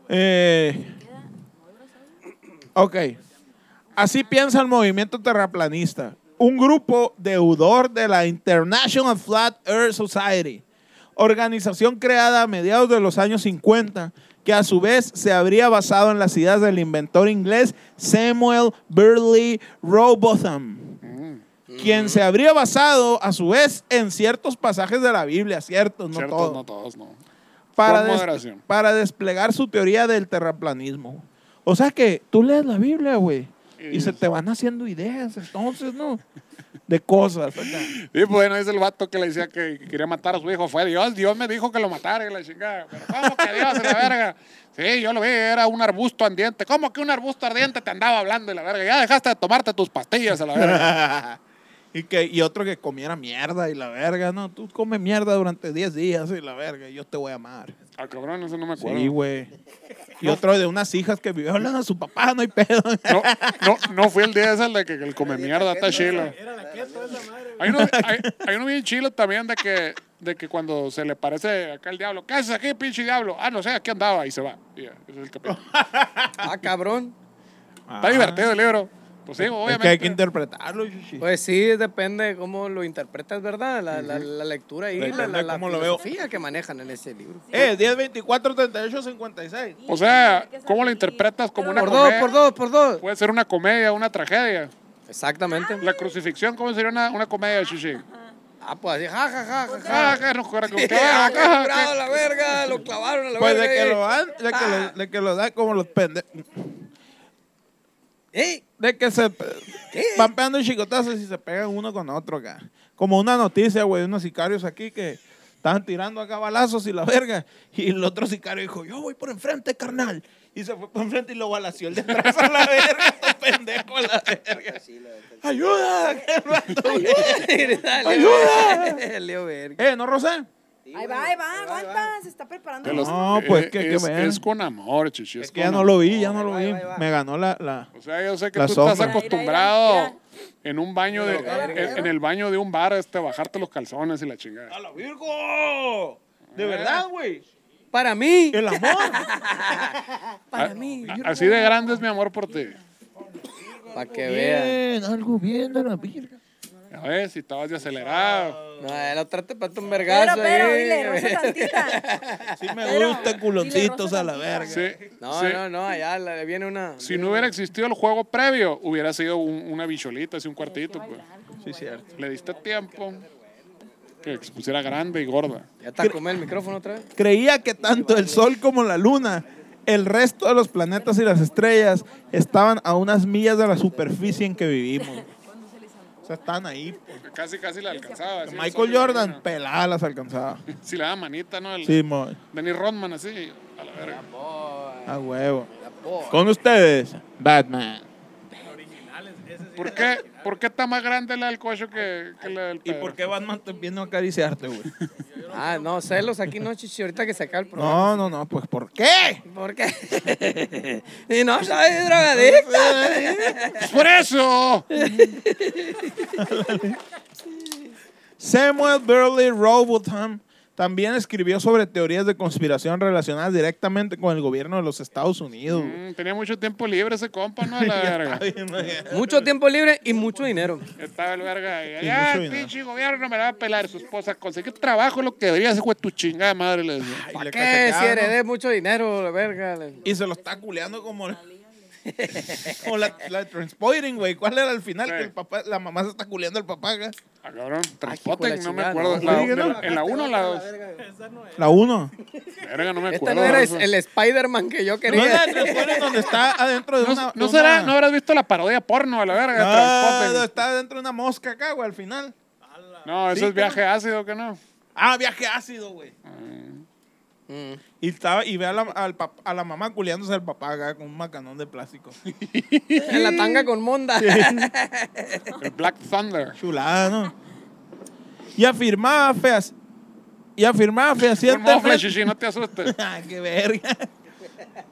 Speaker 2: Eh, ok. Así piensa el movimiento terraplanista. Un grupo deudor de la International Flat Earth Society, organización creada a mediados de los años 50, que a su vez se habría basado en las ideas del inventor inglés Samuel Burley Robotham quien se habría basado a su vez en ciertos pasajes de la Biblia, ciertos, no
Speaker 1: Ciertos,
Speaker 2: todos,
Speaker 1: no todos, no.
Speaker 2: para,
Speaker 1: Con
Speaker 2: des-
Speaker 1: moderación.
Speaker 2: para desplegar su teoría del terraplanismo. O sea que tú lees la Biblia, güey, y se
Speaker 1: dices-
Speaker 2: te van haciendo ideas, entonces, ¿no? De cosas. acá.
Speaker 1: Y bueno, es el vato que le decía que quería matar a su hijo. Fue Dios, Dios me dijo que lo matara y la chingada. Pero ¿cómo que Dios y la verga? Sí, yo lo vi, era un arbusto ardiente. ¿Cómo que un arbusto ardiente te andaba hablando y la verga? Ya dejaste de tomarte tus pastillas a la verga.
Speaker 2: Y, que, y otro que comiera mierda y la verga. No, tú comes mierda durante 10 días y la verga. Y yo te voy a amar.
Speaker 1: Ah, cabrón, eso no me acuerdo.
Speaker 2: Sí, güey. Y otro de unas hijas que violan a su papá, no hay pedo.
Speaker 1: No, no, no fue el día ese el de que el come mierda está chila.
Speaker 4: Era la keto esa madre, güey.
Speaker 1: Hay uno, hay, hay uno bien chilo también de que, de que cuando se le parece acá el diablo, ¿qué haces aquí, pinche diablo? Ah, no sé, aquí andaba y se va. Y ya, ese es el capítulo.
Speaker 3: Ah, cabrón.
Speaker 1: Está divertido el libro. Pues sí,
Speaker 2: Es Ah, que hay que
Speaker 1: obviamente.
Speaker 2: interpretarlo, Chuchi.
Speaker 3: Pues sí, depende de cómo lo interpretas, ¿verdad? La, la, la lectura y la,
Speaker 2: Depende
Speaker 3: la,
Speaker 2: de
Speaker 3: la
Speaker 2: cómo lo veo.
Speaker 3: filosofía que manejan en ese libro.
Speaker 2: Eh, 10, 24, 38, 56.
Speaker 1: O sea, ¿cómo lo interpretas como una
Speaker 3: Por dos,
Speaker 1: comedia?
Speaker 3: por dos, por dos.
Speaker 1: Puede ser una comedia, una tragedia.
Speaker 3: Exactamente.
Speaker 1: La crucifixión, ¿cómo sería una, una comedia, Shishi?
Speaker 3: Ah, pues así, ja, ja, ja, ja,
Speaker 1: Ah,
Speaker 3: ja.
Speaker 1: que nos cobra con-
Speaker 3: Ah,
Speaker 1: ah,
Speaker 3: qué
Speaker 1: ah,
Speaker 3: curado la verga, lo clavaron a la
Speaker 2: Pues de
Speaker 3: verga.
Speaker 2: que
Speaker 3: ahí.
Speaker 2: lo dan, de que lo,
Speaker 5: Ah.
Speaker 2: de que lo dan como los pendejos.
Speaker 3: ¡Ey!
Speaker 2: De que se pe- van pegando chicotazos y se pegan uno con otro acá. Como una noticia, güey, de unos sicarios aquí que estaban tirando acá balazos y la verga. Y el otro sicario dijo, yo voy por enfrente, carnal. Y se fue por enfrente y lo balació el de atrás a la verga, estos pendejos a la verga.
Speaker 5: Sí, la neta.
Speaker 2: ¡Ayuda! el vato, güey.
Speaker 3: ¡Ayuda! Leo verga.
Speaker 2: ¡Eh, no Rosé!
Speaker 5: Sí,
Speaker 6: Ahí
Speaker 5: güey,
Speaker 6: va, ahí va,
Speaker 5: ahí
Speaker 6: aguanta, se está preparando.
Speaker 1: que los-
Speaker 2: No, pues,
Speaker 1: eh,
Speaker 2: que- que
Speaker 1: es,
Speaker 2: vean.
Speaker 1: es con amor, Shishi.
Speaker 2: Es que ya no lo vi, ya no lo
Speaker 5: Ahí
Speaker 2: vi.
Speaker 5: va, ahí va.
Speaker 2: Me ganó la... la...
Speaker 1: O sea, yo sé que
Speaker 2: La
Speaker 1: tú estás
Speaker 2: sombra.
Speaker 1: acostumbrado
Speaker 6: Mira, mira,
Speaker 1: en un baño de, en, en el baño de un bar este bajarte los calzones y la chingada.
Speaker 2: ¡A la Virgo! ¿De verdad, güey?
Speaker 3: Para mí.
Speaker 2: El amor.
Speaker 1: A-
Speaker 6: Para mí.
Speaker 1: a- Ah, Así de grande es mi amor por ti.
Speaker 3: Para que vean.
Speaker 2: algo bien de la Virgo.
Speaker 1: A ver, si estabas de acelerado.
Speaker 3: No, eh, lo trate para un
Speaker 6: Pero,
Speaker 3: vergazo
Speaker 6: pero,
Speaker 3: ahí,
Speaker 6: dile,
Speaker 3: Leo
Speaker 6: rosa
Speaker 3: verga.
Speaker 6: tantita.
Speaker 2: Sí me
Speaker 6: Pero,
Speaker 2: gusta
Speaker 6: dile,
Speaker 2: culoncitos
Speaker 6: rosa
Speaker 2: a la
Speaker 6: tantita.
Speaker 2: verga.
Speaker 1: Sí,
Speaker 3: No,
Speaker 1: sí.
Speaker 3: no, no, allá le viene una.
Speaker 1: Si no hubiera existido el juego previo, hubiera sido un- una bicholita, así un cuartito. Pues.
Speaker 2: Sí, cierto.
Speaker 1: Le diste tiempo que se pusiera grande y gorda.
Speaker 3: Ya está come el micrófono otra vez.
Speaker 2: Creía que tanto el sol como la luna, el resto de los planetas y las estrellas estaban a unas millas de la superficie en que vivimos. O sea, están ahí.
Speaker 1: Casi, casi la alcanzaba. así,
Speaker 2: Michael
Speaker 1: solo-
Speaker 2: Jordan, pelada las alcanzaba.
Speaker 1: Si le da manita, ¿no? El,
Speaker 2: Sí, mo-
Speaker 1: Dennis Rodman, así, a la verga.
Speaker 2: a huevo. Con ustedes, Batman.
Speaker 1: ¿Por qué, ¿Por qué está más grande la del cocho que, que la del
Speaker 2: ¿Y
Speaker 1: Pedro?
Speaker 2: por qué Batman te viene a acariciarte, güey?
Speaker 3: Ah, no, celos aquí no, chichi, ahorita que se acabe el programa.
Speaker 2: No, no, no, pues ¿por qué?
Speaker 3: ¿Por qué? y no soy
Speaker 2: pues, eh.
Speaker 3: drogadicto.
Speaker 1: ¡Es Pues por eso!
Speaker 2: Samuel Burley Robotham también escribió sobre teorías de conspiración relacionadas directamente con el gobierno de los Estados Unidos. güey.
Speaker 1: Mm, tenía mucho tiempo libre ese compa, ¿no? A la verga. Mm.
Speaker 3: mucho tiempo libre y mucho dinero.
Speaker 1: Estaba el verga ahí.
Speaker 2: Sí,
Speaker 1: Ya,
Speaker 2: mucho
Speaker 1: el
Speaker 2: dinero.
Speaker 1: pinche gobierno me la va a pelar su esposa. Conseguí trabajo, lo que debería hacer, güey, tu chingada madre. Le decía.
Speaker 2: Y le
Speaker 3: ¿Qué?
Speaker 2: cacheteaban,
Speaker 3: Si
Speaker 2: ¿no?
Speaker 3: heredé mucho dinero, la verga. Este le-
Speaker 2: Y se lo está culeando como la, como la, la de Transporting, güey. ¿Cuál era el final?
Speaker 1: Sí.
Speaker 2: Que el papá, la mamá se está culeando al papá. acá.
Speaker 1: Ah, cabrón,
Speaker 3: hijo de
Speaker 1: Transporting,
Speaker 3: la
Speaker 1: no me
Speaker 3: chingada,
Speaker 1: acuerdo.
Speaker 3: no.
Speaker 1: La-
Speaker 2: Oye,
Speaker 1: de la-
Speaker 2: ¿no?
Speaker 1: en la 1 o la 2.
Speaker 5: verga.
Speaker 2: La uno.
Speaker 1: Verga, no me
Speaker 3: Este
Speaker 1: acuerdo.
Speaker 3: no era
Speaker 1: de
Speaker 3: es-
Speaker 1: eso.
Speaker 3: el Spider-Man que yo
Speaker 2: ¿No es la
Speaker 3: quería.
Speaker 2: de Transporting donde está adentro de
Speaker 1: No,
Speaker 2: una...
Speaker 1: no
Speaker 2: de
Speaker 1: será,
Speaker 2: una-
Speaker 1: no habrás visto la parodia porno a la verga,
Speaker 2: No,
Speaker 1: Transporting.
Speaker 2: está adentro de una mosca acá, güey, al final.
Speaker 1: No, eso
Speaker 2: Sí,
Speaker 1: es viaje ácido, que no?
Speaker 2: Ah, viaje ácido, güey.
Speaker 3: Mm.
Speaker 2: Y, estaba, y ve a la, al pap- a la mamá culeándose al papá acá con un macanón de plástico.
Speaker 3: En la tanga con monda.
Speaker 1: El Black Thunder.
Speaker 2: Chulada, ¿no? Y afirmaba feas. Y afirmaba
Speaker 1: Un mofle,
Speaker 2: fehacientemente.
Speaker 1: chichi, no te asustes.
Speaker 2: Ah, qué verga.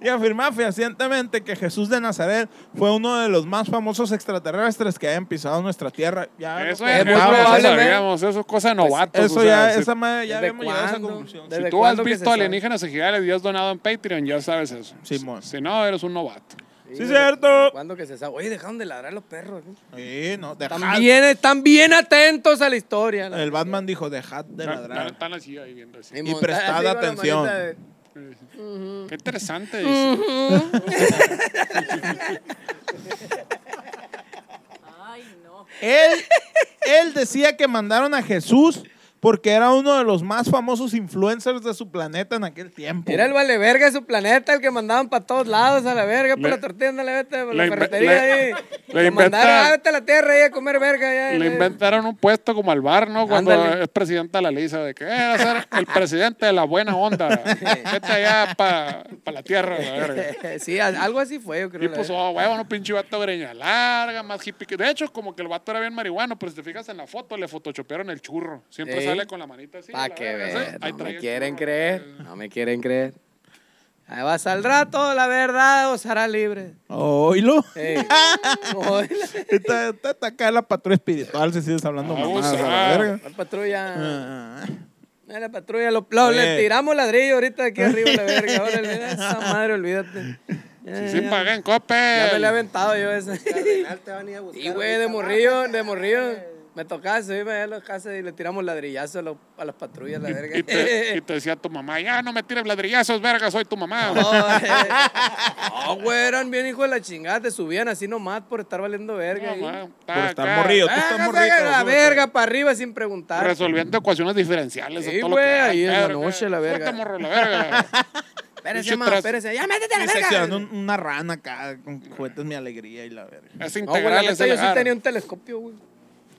Speaker 2: Y afirmaba fehacientemente que Jesús de Nazaret fue uno de los más famosos extraterrestres que hayan pisado nuestra tierra. Ya,
Speaker 1: Eso
Speaker 2: lo
Speaker 1: ya,
Speaker 3: Es muy
Speaker 1: eso ya lo
Speaker 2: contamos.
Speaker 3: probable, ¿no?
Speaker 1: sabíamos, eso es cosa de novatos.
Speaker 2: Pues, Eso
Speaker 1: o sea,
Speaker 2: ya,
Speaker 1: si-
Speaker 2: esa madre, ya
Speaker 3: ¿Desde
Speaker 2: habíamos llegado a esa
Speaker 3: cuándo?
Speaker 2: conclusión.
Speaker 3: ¿Desde
Speaker 1: Si tú has
Speaker 3: cuándo que se
Speaker 1: visto
Speaker 3: sabe?
Speaker 1: alienígenas ejidales y has donado en Patreon, ya sabes eso.
Speaker 2: Simón.
Speaker 1: Si no, eres un novato.
Speaker 2: Sí, cierto.
Speaker 3: ¿Cuándo que se sabe? Oye, dejaron de ladrar los perros. ¿no?
Speaker 2: Sí, no, dejad-
Speaker 3: Están bien, están bien atentos a la historia. la-
Speaker 1: Eh,
Speaker 2: El Batman dijo, dejad de
Speaker 1: Están- Están
Speaker 2: ladrar.
Speaker 1: están así ahí viendo así.
Speaker 3: montar
Speaker 2: prestad
Speaker 3: así con Ah, la
Speaker 2: atención.
Speaker 3: manita de- Mm.
Speaker 1: Qué interesante. dice.
Speaker 6: Ay, no.
Speaker 2: Él, él decía que mandaron a Jesús porque era uno de los más famosos influencers de su planeta en aquel tiempo.
Speaker 3: Era el vale verga de su planeta, el que mandaban para todos lados a la verga, por
Speaker 1: Le-
Speaker 3: la tortilla, ándale, vete, por
Speaker 1: le
Speaker 3: la
Speaker 1: inve-
Speaker 3: ferretería
Speaker 1: le-
Speaker 3: ahí.
Speaker 1: le
Speaker 3: Le
Speaker 1: inventa-
Speaker 3: mandaron, ah, vete a la tierra ahí a comer verga. Ya,
Speaker 1: Le
Speaker 3: ya.
Speaker 1: inventaron un puesto como al bar, ¿no? Cuando
Speaker 3: Ándale.
Speaker 1: es presidenta la Lisa, de que era ser el presidente de la buena onda. Vete allá para la tierra, la verga.
Speaker 3: sí, a- algo así fue, yo creo.
Speaker 1: Y
Speaker 3: la
Speaker 1: pues,
Speaker 3: verga.
Speaker 1: oh, huevo, no pinche vato greña larga, más hippie. que- De hecho, como que el vato era bien marihuano, pero si te fijas en la foto, le photoshopearon el churro. Siempre
Speaker 3: Ey.
Speaker 1: sale con la manita así.
Speaker 3: Pa'
Speaker 1: la
Speaker 3: que
Speaker 1: verga, ¿sí?
Speaker 3: ver,
Speaker 1: Ahí
Speaker 3: no
Speaker 1: traía
Speaker 3: me
Speaker 1: el
Speaker 3: quieren
Speaker 1: churro,
Speaker 3: creer,
Speaker 1: eh.
Speaker 3: no me quieren creer. Ahí va, saldrá todo, la verdad os hará libre.
Speaker 2: Oílo.
Speaker 3: Ey. Oye,
Speaker 2: Está, está, está acá la patrulla espiritual si sigues hablando mamadas, a la
Speaker 1: Abusado.
Speaker 2: verga.
Speaker 3: la patrulla,
Speaker 2: Ah,
Speaker 3: eh, la patrulla, lo, lo- le
Speaker 2: Oye.
Speaker 3: tiramos ladrillo ahorita de aquí arriba, la verga. Órale, esa madre, olvídate. Ya,
Speaker 1: Sí, sí,
Speaker 3: ya,
Speaker 1: pagué en
Speaker 3: ya me la he
Speaker 1: Coppel.
Speaker 3: aventado yo esa.
Speaker 5: Cardenal te van a ir a buscar.
Speaker 3: Y güey, de
Speaker 5: ahorita,
Speaker 3: morrillo,
Speaker 5: bájate,
Speaker 3: de morrillo.
Speaker 5: güey.
Speaker 3: Me tocaba subirme allá a las casas y le tiramos ladrillazo a, los- a las patrullas, la verga.
Speaker 1: Y te, y te decía tu mamá, ya no me tires ladrillazos, verga, soy tu mamá.
Speaker 3: eh. No, güey, eran bien hijos de la chingada, te subían así nomás por estar valiendo verga. ahí.
Speaker 1: Mamá, está
Speaker 2: Por estar
Speaker 1: acá
Speaker 2: morrido. Tú estás
Speaker 3: Ah,
Speaker 2: morrito,
Speaker 3: saca la
Speaker 2: súbete.
Speaker 3: verga para arriba sin preguntar.
Speaker 1: Resolviendo ecuaciones diferenciales. a
Speaker 3: Sí,
Speaker 1: todo lo que
Speaker 3: güey,
Speaker 1: da,
Speaker 3: ahí en la
Speaker 1: verga.
Speaker 3: noche, la verga.
Speaker 1: Suelta, morro, la verga.
Speaker 3: Espérese,
Speaker 1: pinche
Speaker 3: mamá,
Speaker 1: tras-
Speaker 3: espérese. Ya, métete a la verga.
Speaker 2: Diseccionando un- una rana acá con juguetes mi alegría y la verga.
Speaker 1: Es
Speaker 3: No, güey, la
Speaker 1: integral
Speaker 3: neta,
Speaker 1: ese
Speaker 3: yo sí
Speaker 1: lugar.
Speaker 3: tenía un telescopio, güey.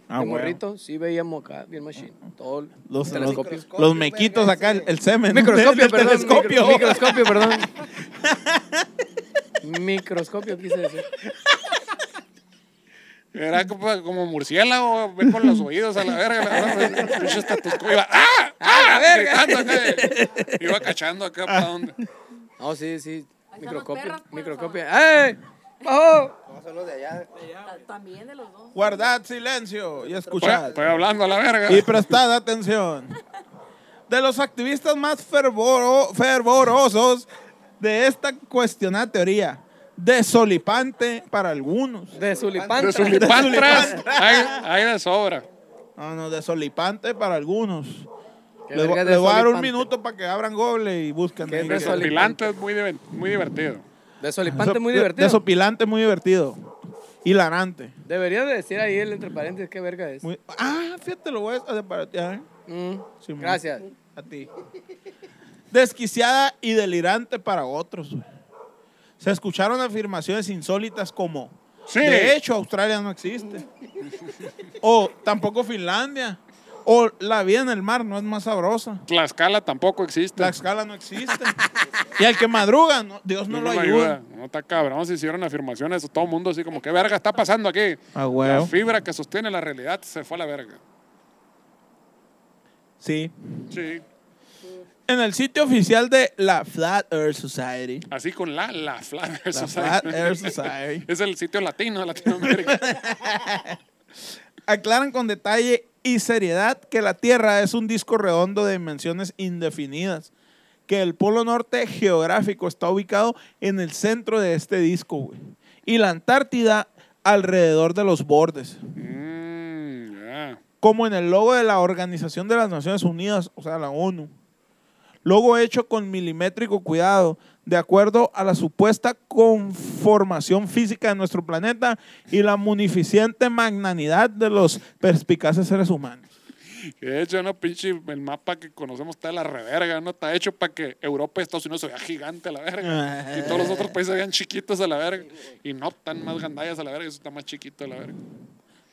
Speaker 2: Ah,
Speaker 3: de
Speaker 2: huevo.
Speaker 3: morrito, sí veíamos acá, bien machine. Todo el
Speaker 2: Los, los,
Speaker 3: telescopio.
Speaker 5: microscopio,
Speaker 2: los mequitos
Speaker 5: verga,
Speaker 2: acá, el,
Speaker 5: ese.
Speaker 2: el semen.
Speaker 3: Microscopio,
Speaker 2: del
Speaker 3: perdón.
Speaker 2: Telescopio.
Speaker 3: micro- microscopio, perdón. microscopio quise decir.
Speaker 1: Era como, como murciélago, ve con los oídos a la verga. la verga. Pinche estetoscopio, Iba, ¡ah! ¡ah!
Speaker 3: ¡Ah, la verga!
Speaker 1: Gritando acá. Iba cachando acá
Speaker 2: Ah.
Speaker 1: para dónde.
Speaker 3: No, sí, sí.
Speaker 6: Ahí están los
Speaker 3: Microscopio,
Speaker 6: perros, pues, por
Speaker 3: microscopio. ¡Ey! ¡Bajo!
Speaker 5: No, son los de allá.
Speaker 6: Ta- También de los dos.
Speaker 2: Guardad silencio y escuchad.
Speaker 1: Estoy hablando a la verga.
Speaker 2: Y prestad atención. De los activistas más fervoro- fervorosos de esta cuestionada teoría. Desolipante para algunos.
Speaker 3: De Zulipanta.
Speaker 1: De Zulipantras hay, hay de sobra.
Speaker 2: No, no, desolipante para algunos.
Speaker 3: ¿Qué
Speaker 2: Les, voy-
Speaker 3: verga es
Speaker 2: les voy a dar un
Speaker 3: desolipante?
Speaker 2: minuto para que abran Google y busquen.
Speaker 3: ¿Qué
Speaker 2: ahí
Speaker 3: es
Speaker 2: que-
Speaker 3: desoli-
Speaker 1: Desolipante es muy, diver- muy divertido.
Speaker 3: De Solipante
Speaker 2: Deso-
Speaker 3: muy
Speaker 2: de-
Speaker 3: divertido.
Speaker 2: Desopilante muy divertido. Hilarante.
Speaker 3: Deberías de decir ahí el entre paréntesis qué verga es.
Speaker 2: Muy- ah, fíjate, lo voy a hacer para ti. ¿eh?
Speaker 3: Mm,
Speaker 2: Simón.
Speaker 3: Gracias.
Speaker 2: A ti. Desquiciada y delirante para otros. güey. Se escucharon afirmaciones insólitas como,
Speaker 1: Sí.
Speaker 2: de hecho, Australia no existe. o tampoco Finlandia. O la vida en el mar no es más sabrosa.
Speaker 1: Tlaxcala tampoco existe.
Speaker 2: Tlaxcala no existe. y al que madruga, no- Dios no,
Speaker 1: Dios no
Speaker 2: lo
Speaker 1: lo
Speaker 2: ayuda.
Speaker 1: No está cabrón, se hicieron afirmaciones, todo el mundo así como, ¿qué verga está pasando aquí?
Speaker 2: Ah, huevo.
Speaker 1: La fibra que sostiene la realidad se fue a la verga.
Speaker 2: Sí.
Speaker 1: Sí.
Speaker 2: En el sitio oficial de la Flat Earth Society.
Speaker 1: Así con la, la Flat Earth
Speaker 2: La
Speaker 1: Society.
Speaker 2: Flat Earth Society.
Speaker 1: Es el sitio latino de Latinoamérica.
Speaker 2: aclaran con detalle y seriedad que la Tierra es un disco redondo de dimensiones indefinidas, que el polo norte geográfico está ubicado en el centro de este disco, güey, y la Antártida alrededor de los bordes,
Speaker 1: Mm, ya.
Speaker 2: como en el logo de la Organización de las Naciones Unidas, o sea, la ONU. Logo hecho con milimétrico cuidado, de acuerdo a la supuesta conformación física de nuestro planeta y la munificente magnanidad de los perspicaces seres humanos.
Speaker 1: Que De hecho, no, pinche, el mapa que conocemos está de la reverga, ¿no? Está hecho para que Europa y Estados Unidos se vean gigante a la verga. Y todos los otros países se vean chiquitos a la verga. Y no, están más gandallas a la verga, eso está más chiquito a la verga.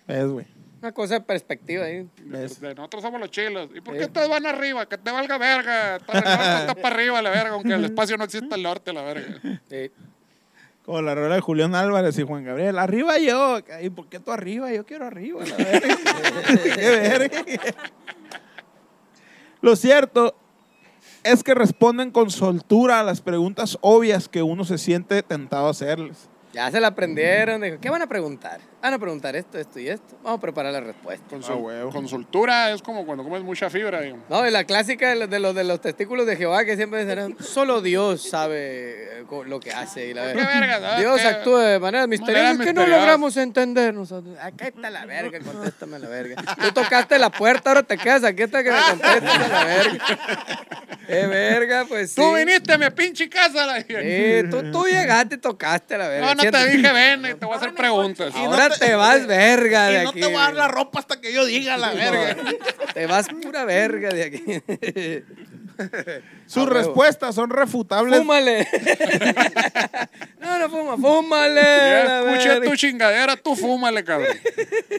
Speaker 2: Es, güey.
Speaker 3: Una cosa de perspectiva ahí.
Speaker 2: Es.
Speaker 1: De nosotros somos los chilos. ¿Y por
Speaker 3: Eh.
Speaker 1: qué ustedes van arriba? Que te valga verga. Está, el norte está para arriba a la verga, aunque el espacio no exista el norte a la verga.
Speaker 3: Sí.
Speaker 2: Como la rola de Julián Álvarez y Juan Gabriel. Arriba yo. ¿Y por qué tú arriba? Yo quiero arriba. la verga. Qué verga. Lo cierto es que responden con soltura a las preguntas obvias que uno se siente tentado a hacerles.
Speaker 3: Ya se la aprendieron. Dijo, ¿qué van a preguntar? Van a preguntar esto, esto y esto. Vamos a preparar la respuesta.
Speaker 1: Con, sol- con soltura es como cuando comes mucha fibra. digo.
Speaker 3: No, y la clásica de los, de los, de los testículos de Jehová que siempre dicen, solo Dios sabe eh, co- lo que hace. Y la
Speaker 1: ¿Qué
Speaker 3: verga.
Speaker 1: verga? ¿no?
Speaker 3: Dios
Speaker 1: ¿Qué?
Speaker 3: actúa de manera misteriosa que no
Speaker 1: misteriosa.
Speaker 3: logramos entender nosotros. Acá está la verga, contéstame la verga. Tú tocaste la puerta, ahora te quedas aquí hasta que me contestes a la verga. Qué verga, pues sí.
Speaker 1: Tú viniste a mi pinche casa. La...
Speaker 3: Sí, tú, tú llegaste y tocaste a la
Speaker 1: No,
Speaker 3: verga.
Speaker 1: no te
Speaker 3: Siento-
Speaker 1: dije, ven, y te voy a hacer preguntas.
Speaker 3: Ahora
Speaker 2: dar-
Speaker 3: te vas verga de
Speaker 2: y no
Speaker 3: aquí.
Speaker 2: te voy a dar la ropa hasta que yo diga la verga.
Speaker 3: Te vas pura verga de aquí.
Speaker 2: Sus
Speaker 3: huevo.
Speaker 2: respuestas son refutables.
Speaker 3: ¡Fúmale! no, no fuma, fúmale.
Speaker 1: Ya
Speaker 3: la
Speaker 1: escuché
Speaker 3: verga.
Speaker 1: tu chingadera, tú fúmale, cabrón.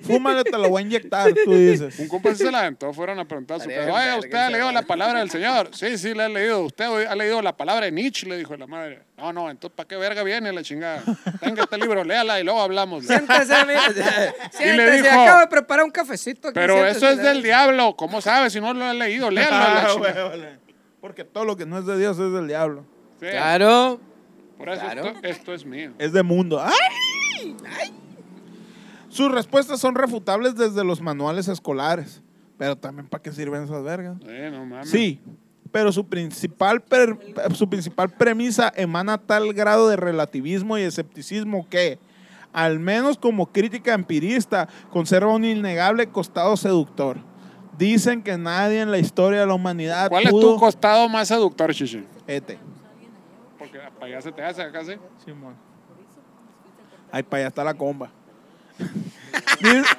Speaker 2: Fúmale, te lo voy a inyectar, tú dices.
Speaker 1: Un compa sí se la aventó, fueron a preguntar a su
Speaker 3: Vale,
Speaker 1: casa, "Oye,
Speaker 3: verga,
Speaker 1: ¿usted ha leído
Speaker 3: cabrón".
Speaker 1: la palabra del Señor? Sí, sí, la he leído. ¿Usted ha leído la palabra de Nietzsche? Le dijo la madre. No, no, entonces, ¿para qué verga viene la chingada? Tenga este libro, léala y luego hablamos.
Speaker 3: Siéntese, mira. Siéntese,
Speaker 1: dijo,
Speaker 3: acabo de preparar un cafecito aquí.
Speaker 1: Pero eso
Speaker 3: siéntese,
Speaker 1: es
Speaker 3: la
Speaker 1: del
Speaker 3: verga.
Speaker 1: diablo. ¿Cómo sabes si no lo has leído? Léalo. a la
Speaker 2: Ah,
Speaker 1: chingada.
Speaker 2: huevo, Porque todo lo que no es de Dios es del diablo.
Speaker 1: Sí,
Speaker 3: Claro.
Speaker 1: Por eso
Speaker 3: claro.
Speaker 1: esto, esto es mío.
Speaker 2: Es de mundo. ¡Ay! ¡Ay! Sus respuestas son refutables desde los manuales escolares. Pero también, ¿para qué sirven esas vergas?
Speaker 1: Sí, no mames.
Speaker 2: Sí, pero su principal, per- su principal premisa emana tal grado de relativismo y escepticismo que, al menos como crítica empirista, conserva un innegable costado seductor. Dicen que nadie en la historia de la humanidad
Speaker 1: ¿Cuál es
Speaker 2: pudo...
Speaker 1: tu costado más seductor, Chichi?
Speaker 2: Ete.
Speaker 1: Porque para allá se te hace, acá sí.
Speaker 2: Simón. Ay, para allá está la comba. Dic-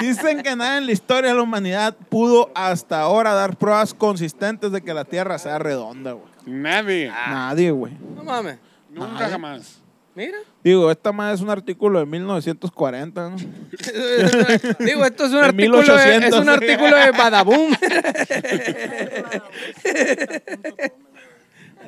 Speaker 2: Dicen que nada en la historia de la humanidad pudo hasta ahora dar pruebas consistentes de que la Tierra sea redonda, güey.
Speaker 1: Nadie.
Speaker 3: Ah,
Speaker 2: Nadie, güey.
Speaker 3: No mames.
Speaker 1: Nunca
Speaker 2: Nadie.
Speaker 1: jamás.
Speaker 3: Mira.
Speaker 2: Digo, esta madre es un artículo de 1940, ¿no?
Speaker 3: Digo, esto es un
Speaker 2: De
Speaker 3: artículo de, es
Speaker 2: 1800.
Speaker 3: un artículo de Badaboom.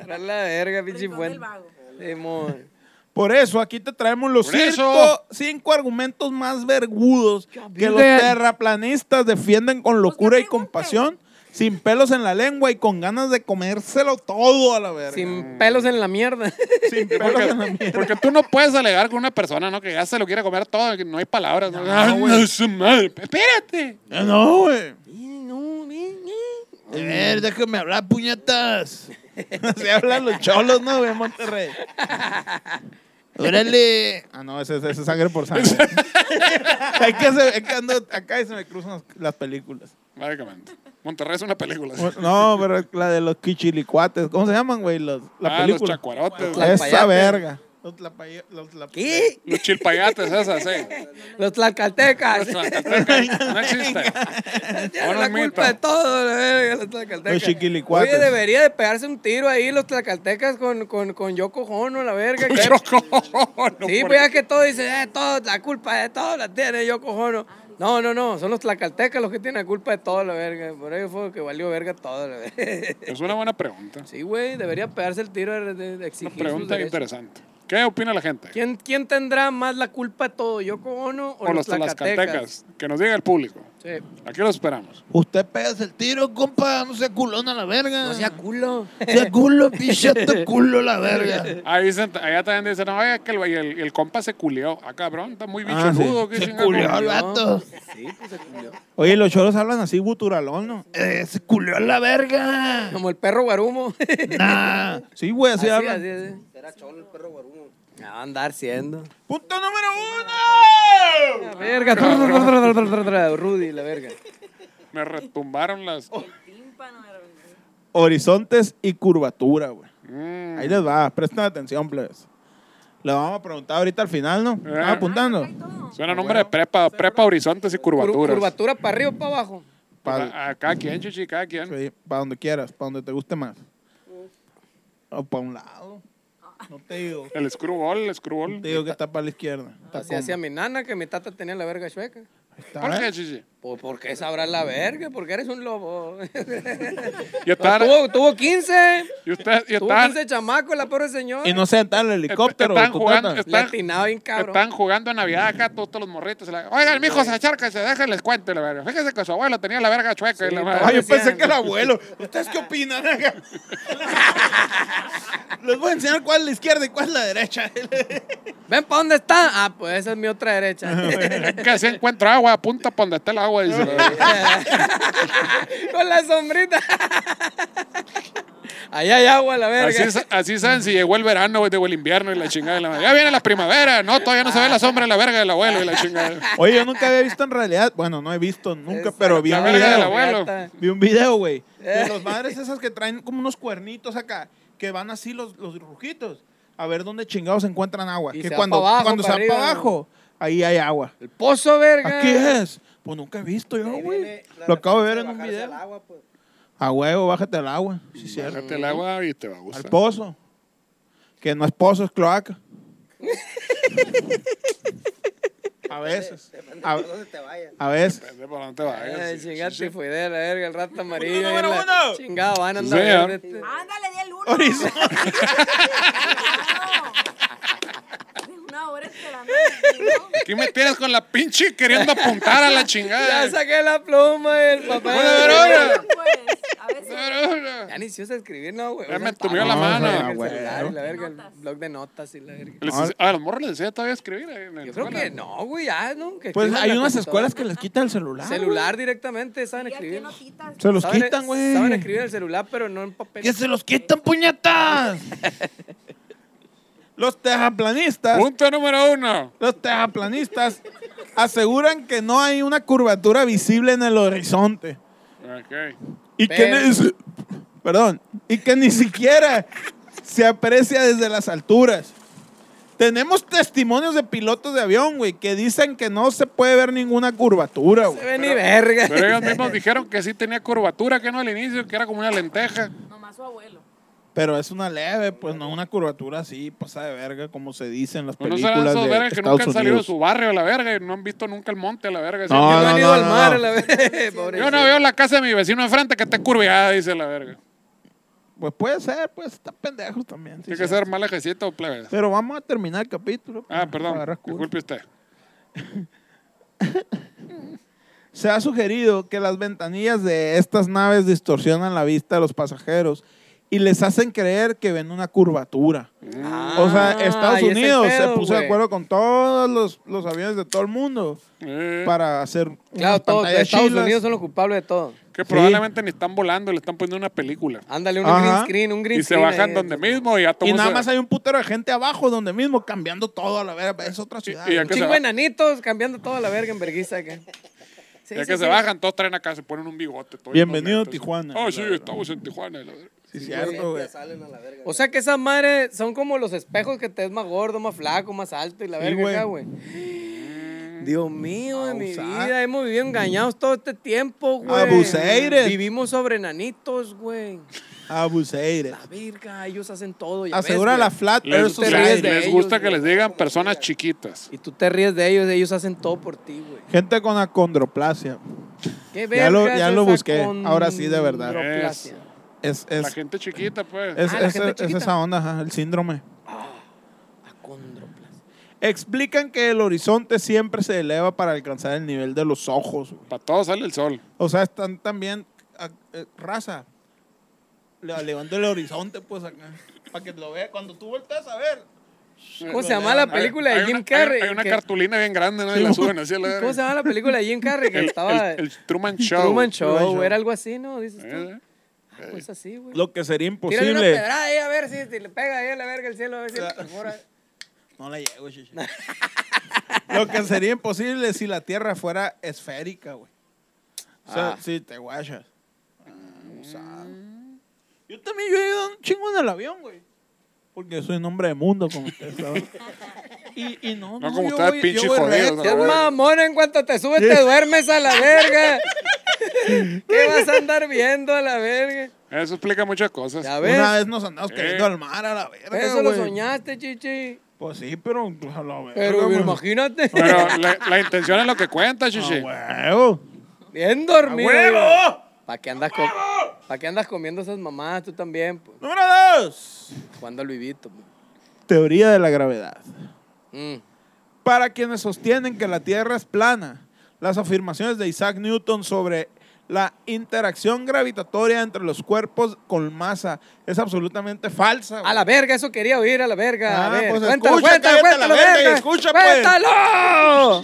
Speaker 3: Agarrar la verga, pinche
Speaker 6: Rincón del
Speaker 3: fuente.
Speaker 6: vago.
Speaker 3: Simón.
Speaker 2: Por eso, aquí te traemos los
Speaker 1: Por eso.
Speaker 2: cinco, cinco argumentos más vergudos que los
Speaker 3: Vean.
Speaker 2: terraplanistas defienden con locura y
Speaker 6: pregunten.
Speaker 2: compasión, sin pelos en la lengua y con ganas de comérselo todo a la verga.
Speaker 3: Sin pelos en la mierda.
Speaker 2: Sin
Speaker 1: Sí,
Speaker 2: pelos en la
Speaker 1: Porque,
Speaker 2: mierda.
Speaker 1: porque tú no puedes alegar con una persona, ¿no? Que ya se lo quiere comer todo, que no hay palabras. No, Ah,
Speaker 2: No,
Speaker 1: no,
Speaker 2: güey.
Speaker 1: su madre. Espérate.
Speaker 2: Eh, No, güey.
Speaker 3: no,
Speaker 2: A ver, déjame hablar, puñetas. Se hablan los cholos, ¿no, güey, Monterrey? Órale. Ah, no, ese ese es sangre por sangre. es que, se- es que ando acá y se me cruzan las- las películas.
Speaker 1: Básicamente. Monterrey es una película.
Speaker 2: No, pero la de los quichilicuates. ¿Cómo se llaman, güey? Los- la
Speaker 1: ah, los
Speaker 2: película.
Speaker 1: chacuarotes,
Speaker 3: Los
Speaker 2: Esa
Speaker 3: tlapayates.
Speaker 2: verga. Los tlapayates.
Speaker 3: ¿Qué?
Speaker 1: los chilpayates, esas, sí.
Speaker 3: Los tlaxcaltecas.
Speaker 1: No existe.
Speaker 3: Tienen
Speaker 1: Ahora
Speaker 3: la
Speaker 1: es mito.
Speaker 3: culpa de todo, la verga, los tlaxcaltecas.
Speaker 2: Los chiquilicuates.
Speaker 3: Oye, debería de pegarse un tiro ahí los tlaxcaltecas con, con, con Yoko Ono, la verga. que-
Speaker 1: Chocojono,
Speaker 3: sí,
Speaker 1: por-
Speaker 3: pues ya que todo dice, eh, todo, la culpa de todo la tiene Yoko Ono. No, no, no, son los tlaxcaltecas los que tienen la culpa de todo, la verga. Por ahí fue que valió verga todo, la verga.
Speaker 1: Es una buena pregunta.
Speaker 3: Sí, güey, debería pegarse el tiro de, de- de
Speaker 1: Una
Speaker 3: exigir sus
Speaker 1: pregunta
Speaker 3: derechos.
Speaker 1: interesante. ¿Qué opina la gente?
Speaker 3: ¿Quién, ¿Quién tendrá más la culpa de todo, Yoko Ono o,
Speaker 1: O los
Speaker 3: tlaxcaltecas?
Speaker 1: tlaxcaltecas. Que nos diga el público.
Speaker 3: Sí.
Speaker 1: Aquí los esperamos.
Speaker 2: Usted pega el tiro, compa. No sea culón a la verga.
Speaker 3: No sea culo.
Speaker 2: Sea culo, pichete culo la verga.
Speaker 1: Ahí dicen, allá también dicen, no, oye, que el, y el, y el compa se culió. Ah, cabrón, está muy
Speaker 2: Ah, sí. pues,
Speaker 1: bicholudo. qué
Speaker 2: Se
Speaker 1: chingada.
Speaker 2: culió el vato. Oye, los choros hablan así guturalón, ¿no? Eh, se culió la verga.
Speaker 3: Como el perro guarumo.
Speaker 2: Nah. Sí, güey, así,
Speaker 3: Así,
Speaker 2: hablan.
Speaker 3: así, así.
Speaker 5: Era cholo el perro guarumo.
Speaker 3: Me va a andar siendo.
Speaker 2: Punto número uno.
Speaker 3: La verga. tra, tra, tra, tra, tra, tra, tra, Rudy, la verga.
Speaker 1: Me retumbaron las.
Speaker 6: El tímpano era un-
Speaker 2: Horizontes y curvatura, güey.
Speaker 1: Mm.
Speaker 2: Ahí les va, presten atención, plebes. Lo vamos a preguntar ahorita al final, ¿no? ¿Están
Speaker 1: Ah.
Speaker 2: apuntando?
Speaker 6: Hay todo.
Speaker 1: Suena nombre de prepa, prepa horizontes y curvaturas.
Speaker 3: Curvatura para arriba o para abajo.
Speaker 2: Para
Speaker 1: A- a cada quien, chichi, cada quien.
Speaker 2: donde quieras, para donde te guste más. O para un lado. No te digo.
Speaker 1: El screwball, el
Speaker 2: No
Speaker 1: screwball.
Speaker 2: te digo que está para la izquierda. Está
Speaker 3: Así hacía mi nana que mi tata tenía la verga chueca.
Speaker 2: como-
Speaker 1: ¿Por
Speaker 2: Ahí
Speaker 1: qué,
Speaker 2: está, ¿eh?
Speaker 1: chichi?
Speaker 3: Pues porque sabrás la verga, porque eres un lobo.
Speaker 1: Yo estaba.
Speaker 3: tuvo, tuvo 15.
Speaker 1: Y usted, y
Speaker 3: Tuvo
Speaker 1: estaban,
Speaker 3: 15 chamacos, la pobre señora.
Speaker 2: Y no se entra en el helicóptero.
Speaker 1: Están
Speaker 2: tu
Speaker 1: jugando,
Speaker 2: tata.
Speaker 3: Le
Speaker 1: están-
Speaker 3: atinaba bien cabrón.
Speaker 1: están jugando a Navidad acá, todos, todos los morritos. y la- Oigan, mijos, acérquense, déjenles cuento la verga. Fíjense que su abuelo tenía la verga chueca. y la
Speaker 3: Sí,
Speaker 1: madre.
Speaker 3: todo.
Speaker 2: Ay, yo
Speaker 3: decían.
Speaker 2: pensé que el abuelo. ¿Ustedes qué opinan? Les voy a enseñar cuál es la izquierda y cuál es la derecha.
Speaker 3: Ven, ¿para dónde está? Ah, pues esa es mi otra derecha.
Speaker 1: Es que si encuentro agua, apunta para donde está el agua. Dice.
Speaker 3: Con la sombrita. Allá hay agua, la verga.
Speaker 1: así, sa- así saben si llegó el verano güey, o el invierno y la chingada. de la madre. Ya viene la primavera. No, todavía no se ve la sombra de la verga del abuelo y la chingada.
Speaker 2: Oye, yo nunca había visto en realidad. Bueno, no he visto nunca,
Speaker 3: Esa
Speaker 2: pero vi
Speaker 1: la
Speaker 2: un
Speaker 1: verga del
Speaker 2: video.
Speaker 1: abuelo.
Speaker 2: Vi un video, güey. De
Speaker 3: Eh.
Speaker 2: los madres esas que traen como unos cuernitos acá, que van así los, los rujitos, a ver dónde chingados encuentran agua.
Speaker 3: Y
Speaker 2: que
Speaker 3: se va
Speaker 2: cuando,
Speaker 3: pa' abajo,
Speaker 2: cuando
Speaker 3: pa'
Speaker 2: se va
Speaker 3: arriba,
Speaker 2: para
Speaker 3: ¿no?
Speaker 2: abajo, ahí hay agua.
Speaker 3: El pozo, verga.
Speaker 2: Aquí es. Pues nunca he visto yo,
Speaker 5: Ahí
Speaker 2: güey.
Speaker 5: viene la
Speaker 2: Lo acabo de ver en
Speaker 5: respuesta
Speaker 2: un
Speaker 5: bajarse al
Speaker 2: video.
Speaker 5: agua, pues.
Speaker 2: A huevo, bájate al agua. Sí,
Speaker 1: Sí,
Speaker 2: cierto.
Speaker 1: el agua y te va a
Speaker 2: Al
Speaker 1: gustar.
Speaker 2: pozo. Que no es pozo, es cloaca. a veces.
Speaker 5: Depende
Speaker 2: A,
Speaker 5: de dónde te vayas.
Speaker 2: a veces.
Speaker 1: Depende por dónde vayas.
Speaker 3: Ay,
Speaker 1: Ah, Sí,
Speaker 3: Eh, chingada
Speaker 1: sí, sí.
Speaker 3: tifoidea, la verga, el rato amarillo.
Speaker 2: número
Speaker 3: ahí en la-
Speaker 2: uno.
Speaker 3: Chingada, van a
Speaker 1: Sí, ¿eh?
Speaker 3: andar
Speaker 1: señor.
Speaker 3: verde este.
Speaker 6: Ándale, di el uno.
Speaker 2: Horizonte.
Speaker 6: Claro. Tienes Una hora esperando. ¿no?
Speaker 1: Aquí me tienes con la pinche queriendo apuntar a la
Speaker 3: Ya
Speaker 1: chingada.
Speaker 3: saqué la pluma y el papel.
Speaker 1: Bueno, verona.
Speaker 6: Pues, a veces.
Speaker 1: Ya
Speaker 3: Ya ni se usa escribir, no, güey.
Speaker 1: Ya
Speaker 3: Usa
Speaker 1: me
Speaker 3: el
Speaker 1: tumió la
Speaker 3: tablet,
Speaker 1: mano.
Speaker 3: verga, el
Speaker 2: Ah, güey.
Speaker 3: celular y la verga, el
Speaker 6: Notas.
Speaker 3: blog de notas y la verga.
Speaker 1: Les-
Speaker 2: Ahora-
Speaker 1: a los morros les enseña todavía a escribir. eh, en la
Speaker 3: Yo creo
Speaker 1: escuela.
Speaker 3: que no, güey, ya, ¿no? Que
Speaker 2: Pues
Speaker 3: escriban
Speaker 2: hay
Speaker 3: en la
Speaker 2: unas
Speaker 3: computadora.
Speaker 2: escuelas que les quitan el celular. güey.
Speaker 3: Celular directamente, saben
Speaker 6: Mira, qué
Speaker 3: escribir.
Speaker 6: notitas.
Speaker 2: Se los
Speaker 3: Saben-
Speaker 2: quitan, güey.
Speaker 3: Saben escribir en el celular, pero no en papel.
Speaker 2: ¡Que se los quitan, puñetas! los tejaplanistas.
Speaker 1: Punto número uno.
Speaker 2: Los tejaplanistas aseguran que no hay una curvatura visible en el horizonte.
Speaker 1: Ok.
Speaker 2: Y
Speaker 3: Pero-
Speaker 2: que ni, perdón, y que ni siquiera se aprecia desde las alturas. Tenemos testimonios de pilotos de avión, güey, que dicen que no se puede ver ninguna curvatura,
Speaker 3: Se
Speaker 2: güey.
Speaker 3: ve ni verga.
Speaker 1: Pero ellos mismos dijeron que sí tenía curvatura, que no al inicio, que era como una lenteja.
Speaker 6: Nomás su abuelo.
Speaker 2: Pero es una leve, pues no una curvatura así, pasa de verga, como se dice en las
Speaker 1: Pues no
Speaker 2: películas
Speaker 1: serán esos
Speaker 2: de
Speaker 1: vergas que
Speaker 2: Estados
Speaker 1: nunca han salido de
Speaker 2: Unidos.
Speaker 1: su barrio a la verga y no han visto nunca el monte a la verga. Dicen,
Speaker 2: No,
Speaker 1: yo,
Speaker 2: no,
Speaker 3: Yo no, he ido
Speaker 2: no,
Speaker 3: al
Speaker 2: no,
Speaker 3: mar
Speaker 2: no.
Speaker 3: a la verga, pobre.
Speaker 1: yo no veo la casa de mi vecino enfrente que esté curveada, dice la verga.
Speaker 2: Pues puede ser, pues están pendejos también. sí,
Speaker 1: Tiene que
Speaker 2: sí.
Speaker 1: ser mal ejecito o plebes.
Speaker 2: Pero vamos a terminar el capítulo. pues,
Speaker 1: Ah,
Speaker 2: para- para
Speaker 1: perdón.
Speaker 2: agarrar cura.
Speaker 1: Disculpe usted.
Speaker 2: Se ha sugerido que las ventanillas de estas naves distorsionan la vista de los pasajeros y les hacen creer que ven una curvatura.
Speaker 3: Ah,
Speaker 2: o sea, Estados
Speaker 3: ahí es el
Speaker 2: Unidos
Speaker 3: pedo,
Speaker 2: se puso
Speaker 3: güey.
Speaker 2: de acuerdo con todos los, los aviones de todo el mundo
Speaker 1: Eh,
Speaker 2: para hacer unas
Speaker 3: Claro, todos,
Speaker 2: pantallas
Speaker 3: Estados
Speaker 2: chilas.
Speaker 3: Unidos son los culpables de todo.
Speaker 1: que probablemente ni están volando, le están poniendo una película.
Speaker 3: Ándale, un
Speaker 2: Ajá.
Speaker 3: green screen, un green
Speaker 1: Y se
Speaker 3: screen.
Speaker 1: bajan
Speaker 3: ahí.
Speaker 1: donde mismo y ya todo
Speaker 2: Y nada
Speaker 1: se-
Speaker 2: más hay un putero de gente abajo donde mismo cambiando todo a la verga. Es otra ciudad.
Speaker 1: y
Speaker 2: güey.
Speaker 3: Un
Speaker 1: que se
Speaker 3: chingo
Speaker 1: va-
Speaker 3: de enanitos cambiando toda la verga en verguiza acá. Sí,
Speaker 1: ya
Speaker 3: sí,
Speaker 1: que se
Speaker 3: sí.
Speaker 1: bajan, todos traen acá, se ponen un bigote. todos
Speaker 2: Bienvenido
Speaker 1: contentos.
Speaker 2: a Tijuana.
Speaker 1: Ah, sí,
Speaker 2: La verdad.
Speaker 1: estamos en Tijuana. la verga.
Speaker 2: Sí,
Speaker 5: Sí,
Speaker 2: cierto,
Speaker 5: güey,
Speaker 2: güey.
Speaker 5: ya salen a la verga.
Speaker 3: O sea que esas madres son como los espejos que te es más gordo, más flaco, más alto y la
Speaker 2: Sí,
Speaker 3: verga
Speaker 2: güey.
Speaker 3: acá, güey.
Speaker 1: Mm.
Speaker 3: Dios mío, de mi
Speaker 2: Abusar.
Speaker 3: vida, hemos vivido engañados todo este tiempo, güey.
Speaker 2: Abuseires.
Speaker 3: Vivimos sobre nanitos, güey.
Speaker 2: A Buceire.
Speaker 3: La verga, ellos hacen todo. ya ves,
Speaker 2: Ah, Asegura
Speaker 3: güey.
Speaker 2: la Flat Earth
Speaker 1: Les,
Speaker 3: te
Speaker 1: les,
Speaker 3: ríes
Speaker 2: Society.
Speaker 3: de
Speaker 1: les
Speaker 3: ellos,
Speaker 1: gusta que
Speaker 3: güey.
Speaker 1: les digan personas chiquitas.
Speaker 3: Y tú te ríes de ellos, ellos hacen todo por ti, güey.
Speaker 2: Gente con acondroplasia.
Speaker 3: ¿Qué
Speaker 2: Ya lo-
Speaker 3: vergas
Speaker 2: ya
Speaker 3: es
Speaker 2: lo
Speaker 3: esa
Speaker 2: busqué, ahora sí, de verdad.
Speaker 3: condroplasia?
Speaker 2: Es,
Speaker 1: La
Speaker 2: es,
Speaker 1: gente chiquita, pues.
Speaker 2: es,
Speaker 3: Ah, la
Speaker 2: es-
Speaker 3: gente
Speaker 2: es
Speaker 3: chiquita. Ah,
Speaker 2: esa onda, ajá, el síndrome.
Speaker 3: Acondroplasia.
Speaker 2: Explican que el horizonte siempre se eleva para alcanzar el nivel de los ojos. güey.
Speaker 1: Para todos sale el sol.
Speaker 2: O sea, están también a- eh, raza. le- Levanta el horizonte, pues acá. Para que lo vea. Cuando tú volteas a ver.
Speaker 3: ¿Cómo se llama la
Speaker 1: Hay-
Speaker 3: película
Speaker 1: hay
Speaker 3: de Jim
Speaker 1: una-
Speaker 3: Carrey?
Speaker 1: Hay, hay una
Speaker 3: que-
Speaker 1: cartulina bien grande, ¿no? Y la suben así a la verga.
Speaker 3: ¿Cómo se llama la película de Jim Carrey? Que
Speaker 1: El,
Speaker 3: estaba.
Speaker 1: el- el Truman Show.
Speaker 3: Truman Show,
Speaker 2: Truman Show.
Speaker 3: era algo así, ¿no? Dices tú.
Speaker 1: Eh,
Speaker 3: Ah, pues así, güey.
Speaker 2: Lo que sería
Speaker 3: Tírale una
Speaker 2: imposible.
Speaker 3: pedrada ahí a ver si, si le pega ahí a la verga el cielo, a ver si le perfora.
Speaker 2: No la llego, chichi. Lo que sería imposible si la Tierra fuera esférica, güey. O sea,
Speaker 3: Ah.
Speaker 2: si te guachas. Abusado.
Speaker 3: Mm.
Speaker 2: Yo también yo he ido un chingo en el avión, güey. Porque soy un hombre de mundo, como ustedes saben. y, y
Speaker 1: No
Speaker 2: no, no,
Speaker 1: como
Speaker 2: yo
Speaker 1: ustedes,
Speaker 2: voy- yo
Speaker 1: pinches
Speaker 2: voy
Speaker 1: jodidos,
Speaker 2: recto,
Speaker 1: la
Speaker 3: Seas
Speaker 1: verga.
Speaker 3: mamón, en cuanto te subes te duermes a la verga. ¿Qué vas a andar viendo a la verga?
Speaker 1: Eso explica muchas cosas.
Speaker 3: Ya ves.
Speaker 2: Una vez nos andamos cayendo
Speaker 1: Eh.
Speaker 2: al mar a la verga,
Speaker 3: Eso lo
Speaker 2: güey.
Speaker 3: soñaste, chichi.
Speaker 2: Pues sí, pero a la verga,
Speaker 3: Pero
Speaker 2: güey.
Speaker 3: imagínate.
Speaker 1: Pero la, la intención es lo que cuenta,
Speaker 2: A
Speaker 1: Chichi.
Speaker 2: huevo.
Speaker 3: Bien dormido. güey. ¿Para qué, andas co- ¿Para qué andas comiendo esas mamadas tú también? Pues?
Speaker 2: Número dos.
Speaker 3: Jugando al vivito. pues.
Speaker 2: Teoría de la gravedad.
Speaker 3: Mm.
Speaker 2: Para quienes sostienen que la Tierra es plana, las afirmaciones de Isaac Newton sobre la interacción gravitatoria entre los cuerpos con masa es absolutamente falsa. güey.
Speaker 3: A la verga, eso quería oír, a la verga.
Speaker 2: Ah,
Speaker 3: a ver,
Speaker 2: pues
Speaker 3: cuéntalo,
Speaker 2: escucha,
Speaker 3: cuéntalo,
Speaker 2: cállate a la
Speaker 3: cuéntalo,
Speaker 2: verga y
Speaker 3: verga.
Speaker 2: escucha, pues.
Speaker 3: ¡Cuéntalo!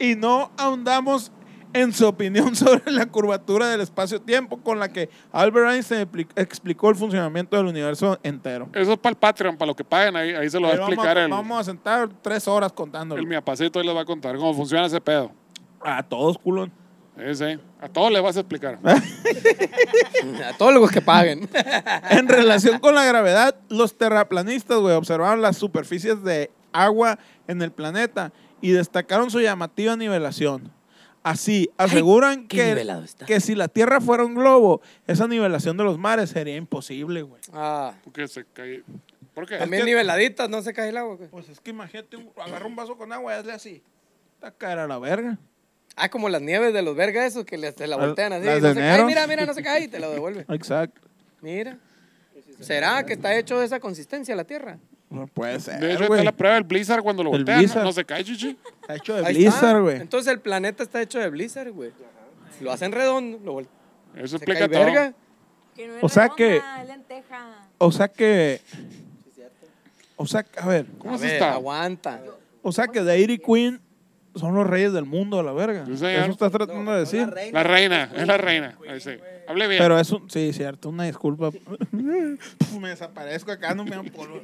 Speaker 2: Y no ahondamos en su opinión sobre la curvatura del espacio-tiempo con la que Albert Einstein expli- explicó el funcionamiento del universo entero.
Speaker 1: Eso es para el Patreon, para los que paguen. Ahí, ahí se lo va a
Speaker 2: Pero vamos,
Speaker 1: explicar el,
Speaker 2: vamos a sentar tres horas
Speaker 1: el
Speaker 2: contándolo.
Speaker 1: miapacito. Ahí les va a contar cómo funciona ese pedo.
Speaker 2: A todos, culón.
Speaker 1: Sí, sí. eh, A todos les vas a explicar.
Speaker 3: A todos los que paguen.
Speaker 2: En relación con la gravedad, los terraplanistas, güey, observaron las superficies de agua en el planeta y destacaron su llamativa nivelación. Así, aseguran
Speaker 4: qué nivelado
Speaker 2: que,
Speaker 4: está.
Speaker 2: que si la Tierra fuera un globo, esa nivelación de los mares sería imposible, güey.
Speaker 3: Ah,
Speaker 1: Porque se cae. ¿Por qué?
Speaker 3: también
Speaker 2: que-
Speaker 3: niveladitas, no se cae el agua. güey.
Speaker 2: Pues es que imagínate, un- agarra un vaso con agua y hazle así. Está cara a la verga.
Speaker 3: Ah, como las nieves de los vergas esos que le- te la
Speaker 2: Al-
Speaker 3: voltean así.
Speaker 2: Ah, las
Speaker 3: no
Speaker 2: de
Speaker 3: se
Speaker 2: enero.
Speaker 3: cae, mira, mira, no se cae y te la devuelve.
Speaker 2: Exacto.
Speaker 3: Mira. ¿Será que está hecho de esa consistencia la tierra?
Speaker 2: No puede ser,
Speaker 1: De hecho, está
Speaker 2: güey.
Speaker 1: la prueba del Blizzard cuando lo
Speaker 2: El
Speaker 1: voltean.
Speaker 2: Blizzard.
Speaker 1: No, No se cae, chichi.
Speaker 2: Está hecho de
Speaker 3: Ahí está.
Speaker 2: blizzard, güey.
Speaker 3: Entonces el planeta está hecho de blizzard, güey. Lo hacen redondo, lo vol-
Speaker 1: Eso
Speaker 3: se cae
Speaker 1: explica todo.
Speaker 3: verga.
Speaker 6: Que no es
Speaker 2: O sea
Speaker 6: redonda,
Speaker 2: que-
Speaker 6: es lenteja.
Speaker 2: O sea que... O sea, que- a ver.
Speaker 1: ¿Cómo
Speaker 3: A
Speaker 1: se
Speaker 3: ver,
Speaker 1: está?
Speaker 3: aguanta.
Speaker 2: O sea que Dairy Queen son los reyes del mundo a la verga.
Speaker 1: Sí, señor.
Speaker 2: Eso estás tratando de decir.
Speaker 1: La reina, es la reina. Ahí sí. Hable bien.
Speaker 2: Pero eso, sí, cierto, una disculpa. Puf, me desaparezco acá, no me dan polvo.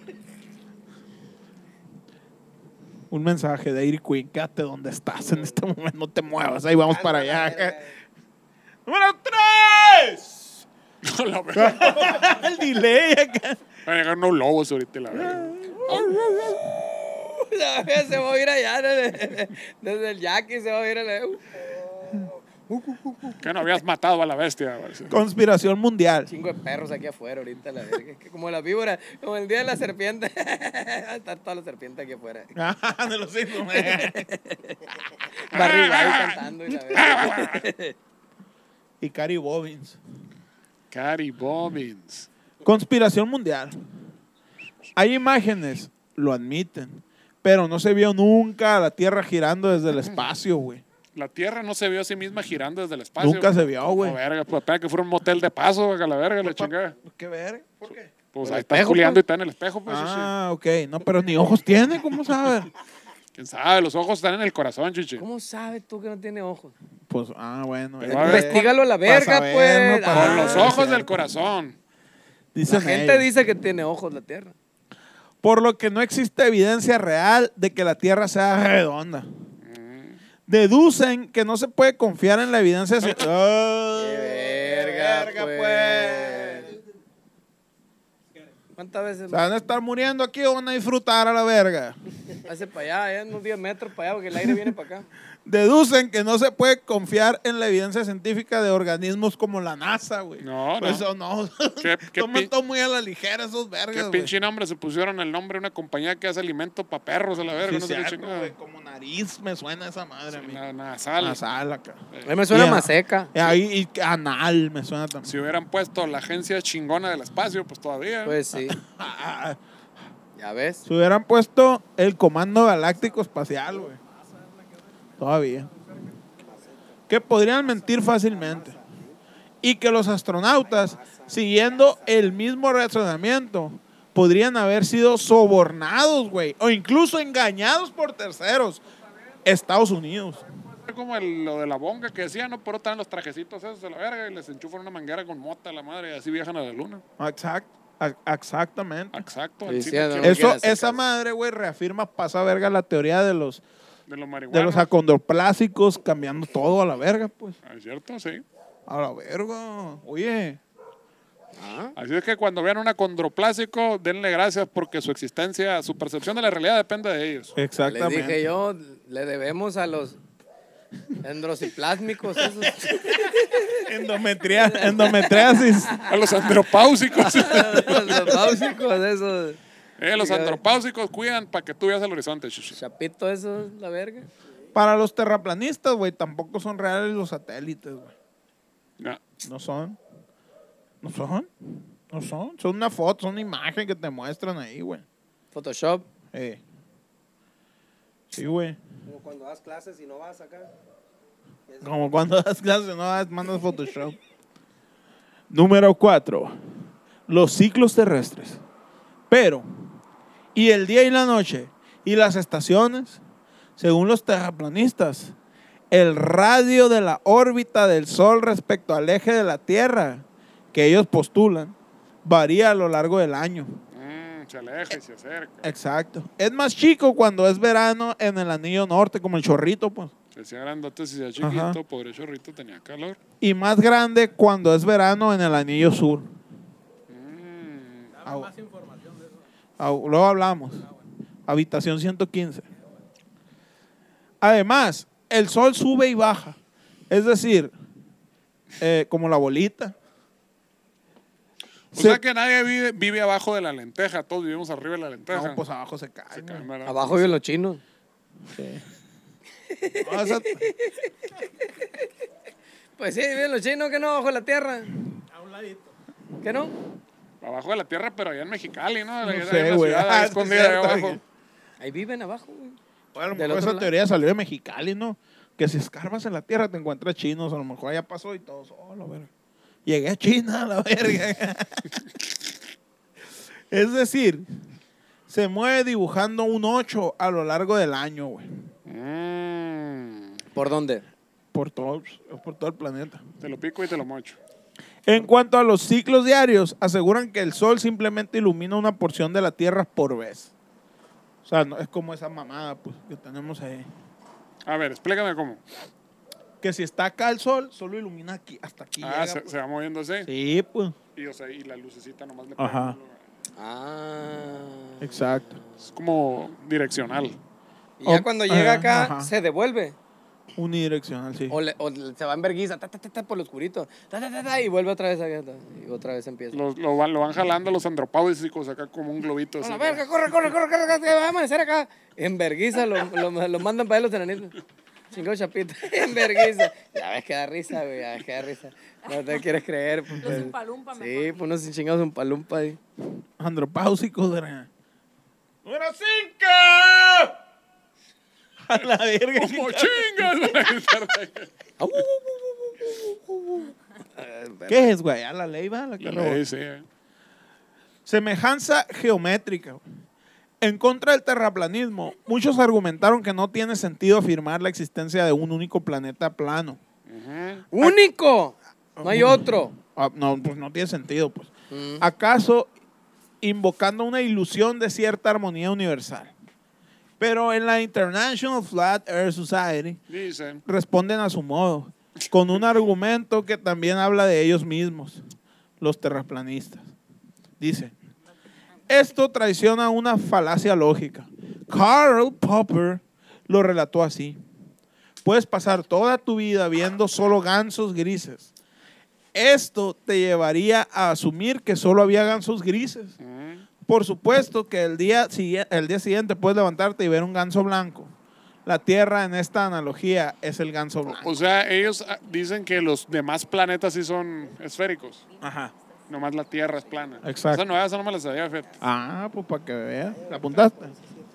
Speaker 2: Un mensaje de Iri Queen, quédate donde estás en este momento, no te muevas, ahí vamos para allá. ¡Número 3!
Speaker 1: No, la verdad.
Speaker 2: El delay acá.
Speaker 1: Van a llegar unos lobos ahorita, la verdad.
Speaker 3: La verga, se va a ir allá desde, desde el yaqui, se va a ir a la...
Speaker 1: Que no habías matado a la bestia. güey. Sí.
Speaker 2: Conspiración mundial.
Speaker 3: chingo de perros aquí afuera ahorita, la verga. Es que como la víbora, como el día de la serpiente. Va a estar toda la serpiente aquí afuera.
Speaker 2: Ah, de los hijos.
Speaker 3: Barry White cantando y la verga.
Speaker 2: Y Cari Bobbins.
Speaker 1: Cary Bobbins.
Speaker 2: Conspiración mundial. Hay imágenes, lo admiten, pero no se vio nunca la Tierra girando desde el espacio, güey.
Speaker 1: La Tierra no se vio a sí misma girando desde el espacio.
Speaker 2: Nunca se vio, güey. Pues,
Speaker 1: La verga, pues espera que fuera un motel de paso, güey, a la verga, la chingada.
Speaker 2: ¿Qué ver? ¿Por qué?
Speaker 1: Pues
Speaker 3: el
Speaker 1: ahí está
Speaker 3: espejo,
Speaker 1: culiando y
Speaker 3: pues.
Speaker 1: está en el espejo, pues. sí,
Speaker 2: Ah, ok. No, pero ni ojos tiene, ¿cómo sabe?
Speaker 1: sí. ¿Quién sabe? Los ojos están en el corazón, chichi.
Speaker 3: ¿Cómo sabes tú que no tiene ojos?
Speaker 2: Pues, ah, bueno.
Speaker 1: Pero
Speaker 2: es
Speaker 1: a
Speaker 2: que-
Speaker 1: ver,
Speaker 3: Investígalo a la
Speaker 2: pa'
Speaker 3: verga,
Speaker 2: saber,
Speaker 3: pues.
Speaker 2: ¿no?
Speaker 1: Con
Speaker 2: Ah,
Speaker 1: los
Speaker 2: sí,
Speaker 1: ojos
Speaker 2: cierto.
Speaker 1: del corazón.
Speaker 2: Dicen
Speaker 3: La gente
Speaker 2: ellos.
Speaker 3: dice que tiene ojos la tierra.
Speaker 2: Por lo que no existe evidencia real de que la Tierra sea redonda. Deducen que no se puede confiar en la evidencia. ci- Ah,
Speaker 3: verga, pues. ¿Cuántas veces?
Speaker 2: ¿Se van a estar muriendo aquí o van a disfrutar a la verga?
Speaker 3: Hace para allá, allá unos 10 metros para allá, porque el aire viene para acá.
Speaker 2: Deducen que no se puede confiar en la evidencia científica de organismos como la NASA, güey.
Speaker 1: No,
Speaker 2: Por
Speaker 1: no.
Speaker 2: Eso no.
Speaker 1: Qué- qué
Speaker 2: Toman
Speaker 1: pin-
Speaker 2: todo muy a la ligera esos
Speaker 1: ¿Qué
Speaker 2: vergas, güey.
Speaker 1: pinche nombre se pusieron el nombre de una compañía que hace alimento para perros a la verga?
Speaker 2: Sí,
Speaker 1: no sé qué
Speaker 2: cierto,
Speaker 1: chingada.
Speaker 2: güey, Como nariz me suena esa madre a mí.
Speaker 1: Na- nasal.
Speaker 2: Nasal acá.
Speaker 3: A mí me suena
Speaker 2: Y a-
Speaker 3: más seca.
Speaker 2: Y ahí y anal me suena también.
Speaker 1: Si hubieran puesto la agencia chingona del espacio, pues todavía.
Speaker 3: Pues sí,
Speaker 2: Ah, ah, ah.
Speaker 3: ya ves.
Speaker 2: si hubieran puesto el Comando Galáctico Espacial, güey. Todavía. Que podrían mentir fácilmente. Y que los astronautas, siguiendo el mismo razonamiento, podrían haber sido sobornados, güey. O incluso engañados por terceros. Estados Unidos.
Speaker 1: Es como el- lo de la bonga que decía, ¿no? Pero están los trajecitos esos a la verga y les enchufan una manguera con mota a la madre y así viajan a la luna.
Speaker 2: Exact- a- exactamente.
Speaker 1: Exacto.
Speaker 3: Sí,
Speaker 1: así
Speaker 3: sí,
Speaker 1: lo
Speaker 3: no.
Speaker 1: quiero-
Speaker 3: Es-
Speaker 2: Eso,
Speaker 3: quieren hacer
Speaker 2: esa
Speaker 3: caso.
Speaker 2: madre, güey, reafirma, pasa verga la teoría de los,
Speaker 1: de los marihuanos.
Speaker 2: de los acondoplásicos cambiando todo a la verga, pues.
Speaker 1: Ah, es cierto, sí.
Speaker 2: A la verga. Oye, Ah.
Speaker 1: Así es que cuando vean una condroplásico, denle gracias porque su existencia, su percepción de la realidad depende de ellos.
Speaker 3: Les
Speaker 2: exactamente.
Speaker 3: dije yo, le debemos a los endrociplásmicos esos.
Speaker 2: Endometria- endometriasis.
Speaker 1: A los andropáusicos.
Speaker 3: los báusicos esos.
Speaker 1: eh, los andropáusicos cuidan para que tú veas el horizonte, chuchi.
Speaker 3: Chapito esos, la verga.
Speaker 2: Para los terraplanistas, güey, tampoco son reales los satélites, güey.
Speaker 1: No.
Speaker 2: No son. No son. No son. Son una foto, son una imagen que te muestran ahí, güey.
Speaker 3: Photoshop.
Speaker 2: Eh. Sí, güey.
Speaker 5: Como cuando das clases y no vas acá.
Speaker 2: Como cuando das clases, no das, mandas Photoshop. Número 4. Los ciclos terrestres. Pero, y el día y la noche, y las estaciones, según los terraplanistas, el radio de la órbita del Sol respecto al eje de la Tierra, que ellos postulan, varía a lo largo del año.
Speaker 1: Mm, se aleja y se acerca.
Speaker 2: Exacto. Es más chico cuando es verano en el anillo norte, como el chorrito, pues.
Speaker 1: Se hacía grandote, si se hacía
Speaker 2: Ajá.
Speaker 1: chiquito, pobre chorrito, tenía calor.
Speaker 2: y más grande cuando es verano en el anillo sur. Au- Ah, au- Luego hablamos. Habitación 115. Además, el sol sube y baja. Es decir, eh, como la bolita.
Speaker 1: O
Speaker 2: Se-
Speaker 1: sea que nadie vive, vive abajo de la lenteja, todos vivimos arriba de la lenteja.
Speaker 2: No, pues abajo se cae.
Speaker 1: Se
Speaker 2: güey.
Speaker 1: caen, ¿verdad?
Speaker 3: Abajo viven los chinos.
Speaker 2: No, esa-
Speaker 3: Pues sí, viven los chinos que no, bajo la tierra. A un ladito. ¿Qué no?
Speaker 1: Abajo de la tierra, pero allá en Mexicali, ¿no? Allá en
Speaker 2: no
Speaker 1: la
Speaker 2: sé, güey.
Speaker 1: ciudad, ahí
Speaker 2: Ah, es
Speaker 1: escondida allá
Speaker 2: cierto,
Speaker 1: abajo.
Speaker 2: güey.
Speaker 3: Ahí viven abajo, güey.
Speaker 2: Bueno, a lo
Speaker 3: Del
Speaker 2: mejor
Speaker 3: otro
Speaker 2: esa
Speaker 3: lado.
Speaker 2: teoría salió de Mexicali, ¿no? Que si escarbas en la tierra te encuentras chinos. A lo mejor allá pasó y todo solo, verga. Llegué a China, la verga. es decir, se mueve dibujando un 8 a lo largo del año, güey.
Speaker 1: Mm,
Speaker 3: ¿Por dónde?
Speaker 2: Por todo, por todo el planeta.
Speaker 1: te lo pico y te lo mocho.
Speaker 2: En cuanto a los ciclos diarios, aseguran que el sol simplemente ilumina una porción de la Tierra por vez. O sea, no, es como esa mamada pues, que tenemos ahí.
Speaker 1: A ver, explícame cómo.
Speaker 2: Que si está acá el sol, solo ilumina aquí, hasta aquí.
Speaker 1: Ah,
Speaker 2: llega,
Speaker 1: se,
Speaker 2: pues.
Speaker 1: se va moviendo así.
Speaker 2: Sí, pues.
Speaker 1: Y, o sea, y la lucecita nomás le
Speaker 2: Ajá.
Speaker 1: pega.
Speaker 3: Ah.
Speaker 2: Exacto.
Speaker 1: Es como direccional.
Speaker 3: Y ya
Speaker 2: O-
Speaker 3: cuando llega
Speaker 2: ajá,
Speaker 3: acá,
Speaker 2: ajá.
Speaker 3: se devuelve.
Speaker 2: Unidireccional, sí.
Speaker 3: O, le- o le- se va en verguiza, ta, ta, ta, ta, por lo oscurito. ta, ta, ta, ta, y vuelve otra vez acá. ta, Y otra vez empieza.
Speaker 1: Lo, lo, van- lo van jalando los andropáusicos acá como un globito.
Speaker 3: ¡A
Speaker 1: así,
Speaker 3: la
Speaker 1: ¿no?
Speaker 3: verga! ¡Corre, corre, corre, corre! corre que va a amanecer acá! En verguiza lo, lo, lo mandan para allá los enanitos. Chingón chapita. En verguiza. Ya ves que da risa, güey. Ya ves que da risa. No te quieres creer. Pues,
Speaker 6: Los Umpalumpa
Speaker 3: Sí,
Speaker 6: mejor.
Speaker 3: pues unos chingados un palumpa ahí.
Speaker 2: Andropáusico, verga. ¡Número 5! A la verga.
Speaker 1: ¡Como chingas!
Speaker 3: Au, au, au, au, au, au, au.
Speaker 2: ¿Qué es, güey? ¿A la ley va? La que
Speaker 1: La
Speaker 2: robó.
Speaker 1: ley, sí, eh.
Speaker 2: Semejanza geométrica. En contra del terraplanismo, muchos argumentaron que no tiene sentido afirmar la existencia de un único planeta plano.
Speaker 1: Ujú.
Speaker 3: ¡Único! No hay otro.
Speaker 2: Ah, no, pues no tiene sentido, pues.
Speaker 3: Mm.
Speaker 2: ¿Acaso invocando una ilusión de cierta armonía universal? Pero en la International Flat Earth Society
Speaker 1: Dicen.
Speaker 2: responden a su modo, con un argumento que también habla de ellos mismos, los terraplanistas. Dice, esto traiciona una falacia lógica. Karl Popper lo relató así. Puedes pasar toda tu vida viendo solo gansos grises. Esto te llevaría a asumir que solo había gansos grises.
Speaker 1: Ujú.
Speaker 2: Por supuesto que el día, sigui- el día siguiente puedes levantarte y ver un ganso blanco. La Tierra en esta analogía es el ganso
Speaker 1: O-
Speaker 2: blanco.
Speaker 1: O sea, ellos ah, dicen que los demás planetas sí son esféricos.
Speaker 2: Ajá.
Speaker 1: Nomás la Tierra es plana.
Speaker 2: Exacto.
Speaker 1: Esa nueva, esa no me la sabía, fíjate.
Speaker 2: Ah, pues para que veas. ¿La apuntaste?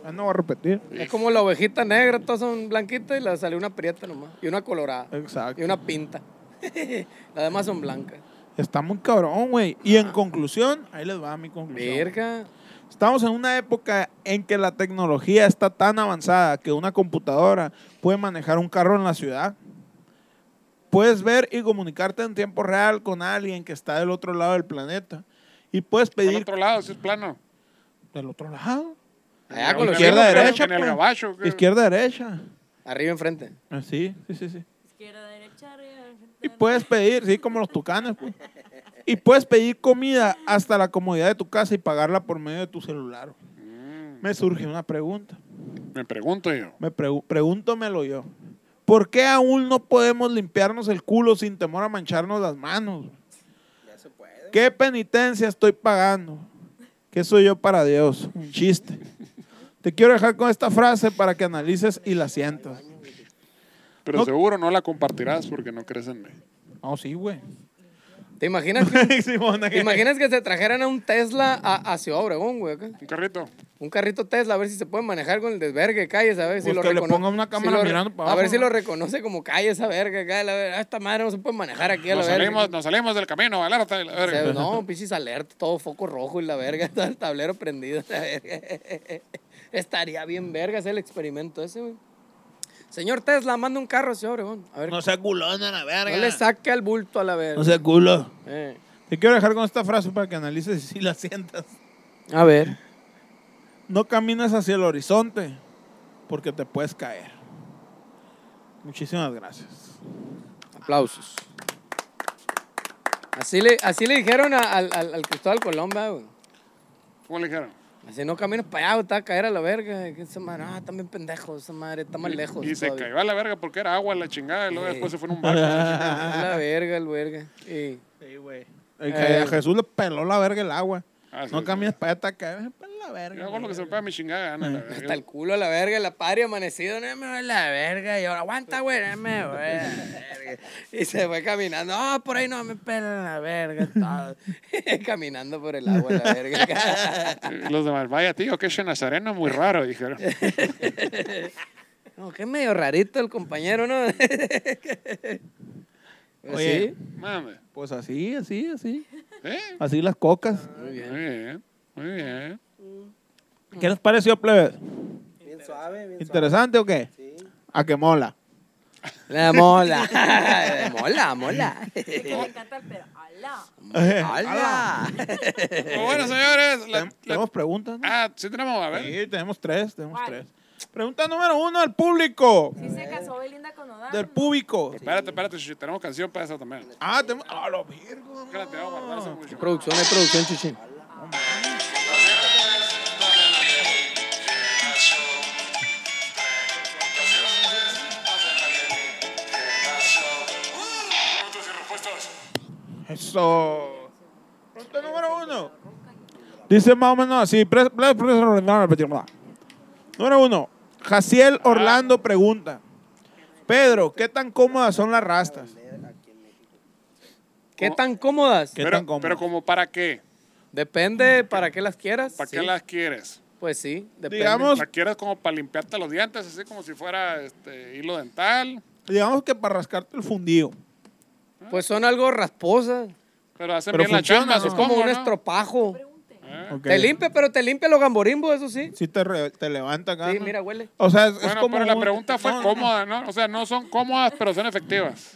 Speaker 2: Ah, no va a repetir.
Speaker 3: Es como la ovejita negra, todas son blanquitas y le salió una prieta nomás. Y una colorada.
Speaker 2: Exacto.
Speaker 3: Y una pinta. Las demás son blancas.
Speaker 2: Está muy cabrón, güey. Y en conclusión, ahí les va mi conclusión.
Speaker 3: Verga.
Speaker 2: Estamos en una época en que la tecnología está tan avanzada que una computadora puede manejar un carro en la ciudad. Puedes ver y comunicarte en tiempo real con alguien que está del otro lado del planeta. Y puedes
Speaker 1: Por
Speaker 2: pedir
Speaker 1: otro lado, sí es plano.
Speaker 2: del otro lado.
Speaker 3: Allá con los
Speaker 2: Izquierda,
Speaker 3: chinos,
Speaker 2: derecha.
Speaker 1: En el
Speaker 2: pues.
Speaker 1: gabacho. ¿qué?
Speaker 2: Izquierda, derecha.
Speaker 3: Arriba enfrente.
Speaker 2: Ah, Sí, sí, sí, sí.
Speaker 6: Izquierda, derecha, arriba, enfrente,
Speaker 2: Y puedes pedir, sí, como los tucanes, pues. Y puedes pedir comida hasta la comodidad de tu casa y pagarla por medio de tu celular.
Speaker 1: Mm,
Speaker 2: Me surge una pregunta.
Speaker 1: Me pregunto yo.
Speaker 2: Me pregu- pregúntomelo yo. ¿Por qué aún no podemos limpiarnos el culo sin temor a mancharnos las manos?
Speaker 5: Ya se puede.
Speaker 2: ¿Qué penitencia estoy pagando? ¿Qué soy yo para Dios? Un chiste. Te quiero dejar con esta frase para que analices y la sientas.
Speaker 1: Pero
Speaker 2: No-
Speaker 1: seguro no la compartirás porque no crees en mí.
Speaker 2: Oh, sí, güey.
Speaker 3: ¿Te imaginas?
Speaker 2: Simona,
Speaker 3: ¿Te imaginas que se trajeran a un Tesla a, a Ciudad Obregón, güey? acá?
Speaker 1: Un carrito.
Speaker 3: Un carrito Tesla, a ver si se puede manejar con el desvergue de calles, a ver si
Speaker 2: Pues
Speaker 3: lo
Speaker 2: que le
Speaker 3: recono-
Speaker 2: ponga una
Speaker 3: si
Speaker 2: cámara
Speaker 3: lo re-
Speaker 2: mirando pa'
Speaker 3: A
Speaker 2: abajo,
Speaker 3: ver si
Speaker 2: ¿no?
Speaker 3: lo reconoce como calle esa verga acá, la verga. "Ah, Esta madre no se puede manejar aquí a la
Speaker 1: Nos
Speaker 3: verga.
Speaker 1: salimos, nos salimos del camino, alerta. y la
Speaker 3: O sea,
Speaker 1: verga.
Speaker 3: no, pinches alerta, todo foco rojo y la verga, todo el tablero prendido. la verga. Estaría bien verga hacer el experimento ese, güey. Señor Tesla, manda un carro a Ciudad Obregón. A ver, no,
Speaker 2: No sea culón a la verga.
Speaker 3: le saque al bulto a la verga.
Speaker 2: No sea culo.
Speaker 3: Eh,
Speaker 2: Te quiero dejar con esta frase para que analices y la sientas.
Speaker 3: a ver.
Speaker 2: No camines hacia el horizonte porque te puedes caer. Muchísimas gracias.
Speaker 3: Aplausos. Así le, así le dijeron a- al, al, al Cristóbal Colón, ¿verdad, güey.
Speaker 1: ¿Cómo le dijeron?
Speaker 3: Así no caminas para allá, te va a caer a la verga. Que Esa madre, ah, también pendejo, esa madre está más lejos.
Speaker 1: Y se
Speaker 3: Pues, todavía.
Speaker 1: cayó a la verga porque era agua la chingada. Y luego
Speaker 3: Sí.
Speaker 1: después se fue en un barco.
Speaker 3: A la verga, el verga. Y-
Speaker 2: Sí, güey.
Speaker 3: Eh.
Speaker 2: Jesús le peló la verga el agua.
Speaker 1: Así
Speaker 2: no
Speaker 1: es.
Speaker 2: camines para allá, te caes para la verga.
Speaker 1: Ah, Yo hago lo que se me
Speaker 2: güey.
Speaker 1: pega mi chingada gana. la verga.
Speaker 3: Hasta el culo a la verga, la pari amanecido, no me voy a la verga. Y ahora, aguanta, güey, no me voy a la verga. Y se fue caminando, no, por ahí no me pelan la verga. Todo. caminando por el agua, la verga.
Speaker 1: Y Los demás, vaya tío, que ese nazareno muy raro, dijeron.
Speaker 3: no, que medio rarito el compañero, ¿no? Pues
Speaker 2: Oye.
Speaker 3: sí,
Speaker 1: Mame.
Speaker 2: Pues así, así, así.
Speaker 1: ¿Eh?
Speaker 2: Así las cocas.
Speaker 3: muy
Speaker 1: Muy
Speaker 3: bien.
Speaker 1: bien, muy bien.
Speaker 2: ¿Qué les pareció, plebe?
Speaker 5: Bien suave, bien
Speaker 2: ¿Interesante o qué?
Speaker 5: suave. Sí.
Speaker 2: A que mola.
Speaker 3: La mola. mola, mola.
Speaker 6: que me encanta, pero ala.
Speaker 3: Hola.
Speaker 1: Pues bueno, señores. la-
Speaker 2: Tem-
Speaker 1: la-
Speaker 2: Tenemos preguntas, ¿no?
Speaker 1: Ah, sí tenemos, a ver.
Speaker 2: Sí, tenemos tres, tenemos
Speaker 6: ¿Cuál?
Speaker 2: tres. Pregunta número uno al público.
Speaker 6: Sí se casó Belinda con Odán.
Speaker 2: Del
Speaker 6: ¿no?
Speaker 2: público.
Speaker 1: Espérate, espérate, Chuchi, tenemos canción para eso también.
Speaker 2: Ah, tenemos. ¡A la virgo!
Speaker 1: Espérate, vamos a guardarse mucho.
Speaker 3: Producción, es producción, chichín.
Speaker 2: Eso. Pregunta número uno. Dice más o menos así. pre- pre- pre- no, repetir, no. Número uno. Jaciel Orlando pregunta. Pedro, ¿qué tan cómodas son las rastas?
Speaker 3: ¿Qué tan cómodas?
Speaker 2: ¿Qué
Speaker 1: pero,
Speaker 2: tan cómodo?
Speaker 1: pero como para qué,
Speaker 3: Depende para qué las quieras.
Speaker 1: para
Speaker 3: sí.
Speaker 1: qué las quieres.
Speaker 3: Pues sí, depende.
Speaker 2: Digamos-
Speaker 1: ¿Las quieres como para limpiarte los dientes, así como si fuera este, hilo dental?
Speaker 2: Digamos que para rascarte el fundido.
Speaker 3: Pues son algo rasposas.
Speaker 1: Pero hacen
Speaker 2: Pero
Speaker 1: bien la
Speaker 2: funciona,
Speaker 1: chamba,
Speaker 2: Ah, ¿no?
Speaker 3: Es
Speaker 1: supongo,
Speaker 3: como un
Speaker 1: ¿no?
Speaker 3: estropajo.
Speaker 1: ¿Eh?
Speaker 2: Ok.
Speaker 3: Te limpia, pero te limpia los gamborimbos, eso sí.
Speaker 2: Sí, te, re- te levanta acá.
Speaker 3: Sí,
Speaker 2: Ah, ¿no?
Speaker 3: mira, huele.
Speaker 2: O sea, es, es
Speaker 1: Bueno,
Speaker 2: como.
Speaker 1: pero la
Speaker 2: un-
Speaker 1: pregunta fue
Speaker 2: no, no, no.
Speaker 1: cómoda, ¿no? O sea, no son cómodas, pero son efectivas.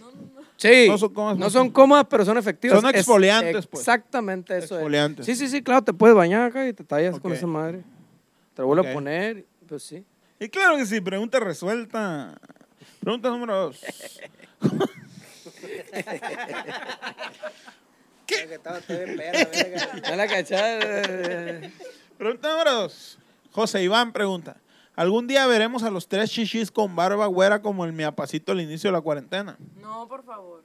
Speaker 3: Sí.
Speaker 2: No son cómodas,
Speaker 3: No
Speaker 2: pues.
Speaker 3: son cómodas, pero son efectivas.
Speaker 2: Son
Speaker 3: Es-
Speaker 2: exfoliantes, pues.
Speaker 3: Exactamente eso. es.
Speaker 2: Exfoliantes.
Speaker 3: Sí, sí, sí, claro, te puedes bañar acá y te tallas con
Speaker 2: Ok.
Speaker 3: esa madre. Te lo vuelvo
Speaker 2: Ok.
Speaker 3: a poner, pues sí.
Speaker 2: Y claro que sí, pregunta resuelta. Pregunta número dos.
Speaker 5: ¿Qué? Que estaba todo en perra, verga.
Speaker 3: No la cachada. eh,
Speaker 2: Pregunta número dos. José Iván pregunta. ¿Algún día veremos a los tres chichis con barba güera como el miapacito al inicio de la cuarentena?
Speaker 6: No, por favor.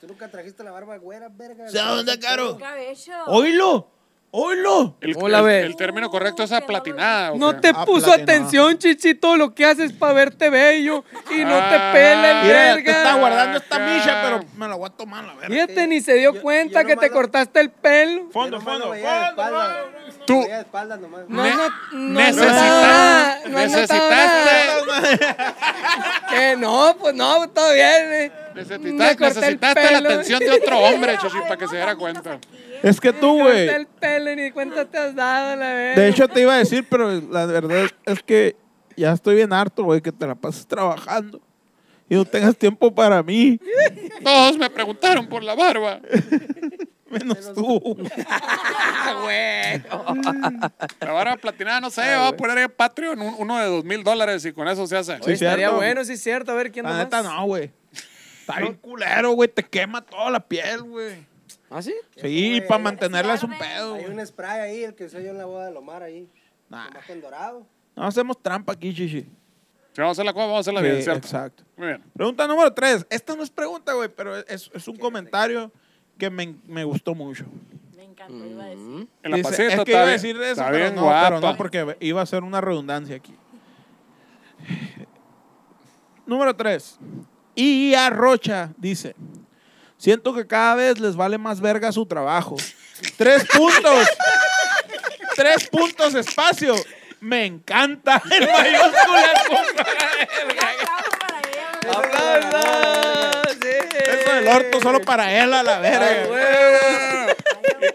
Speaker 5: Tú nunca trajiste la barba güera, verga.
Speaker 2: ¿Sabes dónde, Caro?
Speaker 6: Cabello.
Speaker 2: ¡Oílo! ¡Oílo!
Speaker 1: El,
Speaker 3: ¿Cómo la
Speaker 1: el-
Speaker 3: ves?
Speaker 1: el término correcto es
Speaker 6: No, que no lo-
Speaker 1: aplatinada. ¿o
Speaker 3: No
Speaker 1: qué?
Speaker 3: te
Speaker 2: Ah,
Speaker 3: puso
Speaker 2: platinado.
Speaker 3: atención, chichito, lo que haces para verte bello y no te
Speaker 1: Ah,
Speaker 3: pela el
Speaker 2: Mira, te
Speaker 3: verga.
Speaker 2: está guardando esta
Speaker 1: Acá.
Speaker 2: milla, pero me la voy a tomar, la
Speaker 3: Y
Speaker 2: verga.
Speaker 3: este ni se dio
Speaker 5: Yo-
Speaker 3: cuenta
Speaker 5: yo
Speaker 3: que te
Speaker 5: nomás lo-
Speaker 3: cortaste el pelo.
Speaker 2: Fondo, fondo, fondo.
Speaker 1: Tú-
Speaker 5: Tú. Veía de espaldas nomás.
Speaker 3: No,
Speaker 1: Ne-
Speaker 3: no, no has
Speaker 1: necesitas-
Speaker 3: notado nada, no has
Speaker 1: necesitaste-
Speaker 3: notado nada. Que no, pues no, todo bien. eh. Me
Speaker 1: Necesitas-
Speaker 3: corté el
Speaker 1: necesitaste la
Speaker 3: pelo.
Speaker 1: atención de otro hombre,
Speaker 6: Pero,
Speaker 1: Chuchi,
Speaker 6: a ver,
Speaker 1: para que
Speaker 6: no,
Speaker 1: se diera
Speaker 6: también
Speaker 1: cuenta.
Speaker 6: estás aquí, ¿eh?
Speaker 2: Es que tú,
Speaker 3: Me
Speaker 2: güey.
Speaker 3: corté el pelo y ni cuenta te has dado, la verga.
Speaker 2: De hecho, te iba a decir, pero la verdad es que ya estoy bien harto, güey, que te la pases trabajando y no tengas tiempo para mí,
Speaker 1: Todos me preguntaron por la barba.
Speaker 2: menos tú.
Speaker 3: Ah, güey.
Speaker 1: La barba platinada, no sé,
Speaker 2: Ah,
Speaker 1: va a poner en Patreon un- uno de dos mil dólares y con eso se hace.
Speaker 2: Sí,
Speaker 3: Oye, estaría
Speaker 2: cierto.
Speaker 3: bueno, sí, es cierto. A ver quién
Speaker 2: La
Speaker 3: nomás.
Speaker 2: neta, no, güey. Está bien culero, güey, te quema toda la piel, güey.
Speaker 3: ¿Ah, sí?
Speaker 2: Sí,
Speaker 5: güey.
Speaker 2: para mantenerla es un pedo,
Speaker 5: Hay
Speaker 2: güey.
Speaker 5: un spray ahí, el que usé yo en la boda de Lomar ahí.
Speaker 2: Nah.
Speaker 5: Nomás con dorado.
Speaker 2: No hacemos trampa aquí, chichi.
Speaker 1: Si vamos a hacer la cosa, vamos a hacerla bien,
Speaker 2: Sí,
Speaker 1: ¿cierto?
Speaker 2: exacto.
Speaker 1: Muy bien.
Speaker 2: Pregunta número tres. Esta no es pregunta, güey, pero es, es un comentario que me, me gustó mucho.
Speaker 6: Me encantó, iba a
Speaker 2: Mm.
Speaker 6: decir.
Speaker 1: El la
Speaker 2: Dice,
Speaker 1: paseta
Speaker 2: es que
Speaker 1: está
Speaker 2: iba a
Speaker 1: bien-
Speaker 2: decir eso,
Speaker 1: está
Speaker 2: pero
Speaker 1: bien
Speaker 2: no, pero
Speaker 1: guapa.
Speaker 2: no, porque iba a ser una redundancia aquí. Número 3. IA Rocha dice, siento que cada vez les vale más verga su trabajo. Tres puntos. Tres puntos espacio. Me encanta en mayúsculas. puta.
Speaker 6: Aplauso para ella.
Speaker 2: Ah,
Speaker 3: ¡Aplausos!
Speaker 2: Eso del orto solo para él a la
Speaker 3: Ah,
Speaker 2: verga.
Speaker 3: güey.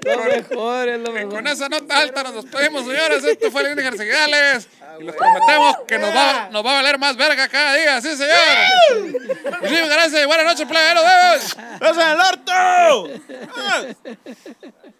Speaker 3: Lo mejor es lo
Speaker 1: Con
Speaker 3: mejor.
Speaker 1: esa nota alta nos despedimos, señores. Esto fue Líneas Garcigales. Y les prometemos que nos va, nos va a valer más verga cada día. Sí, señor. Muchísimas gracias y buenas noches, plebes. Nos vemos.
Speaker 2: ¡Eso del orto! Ah.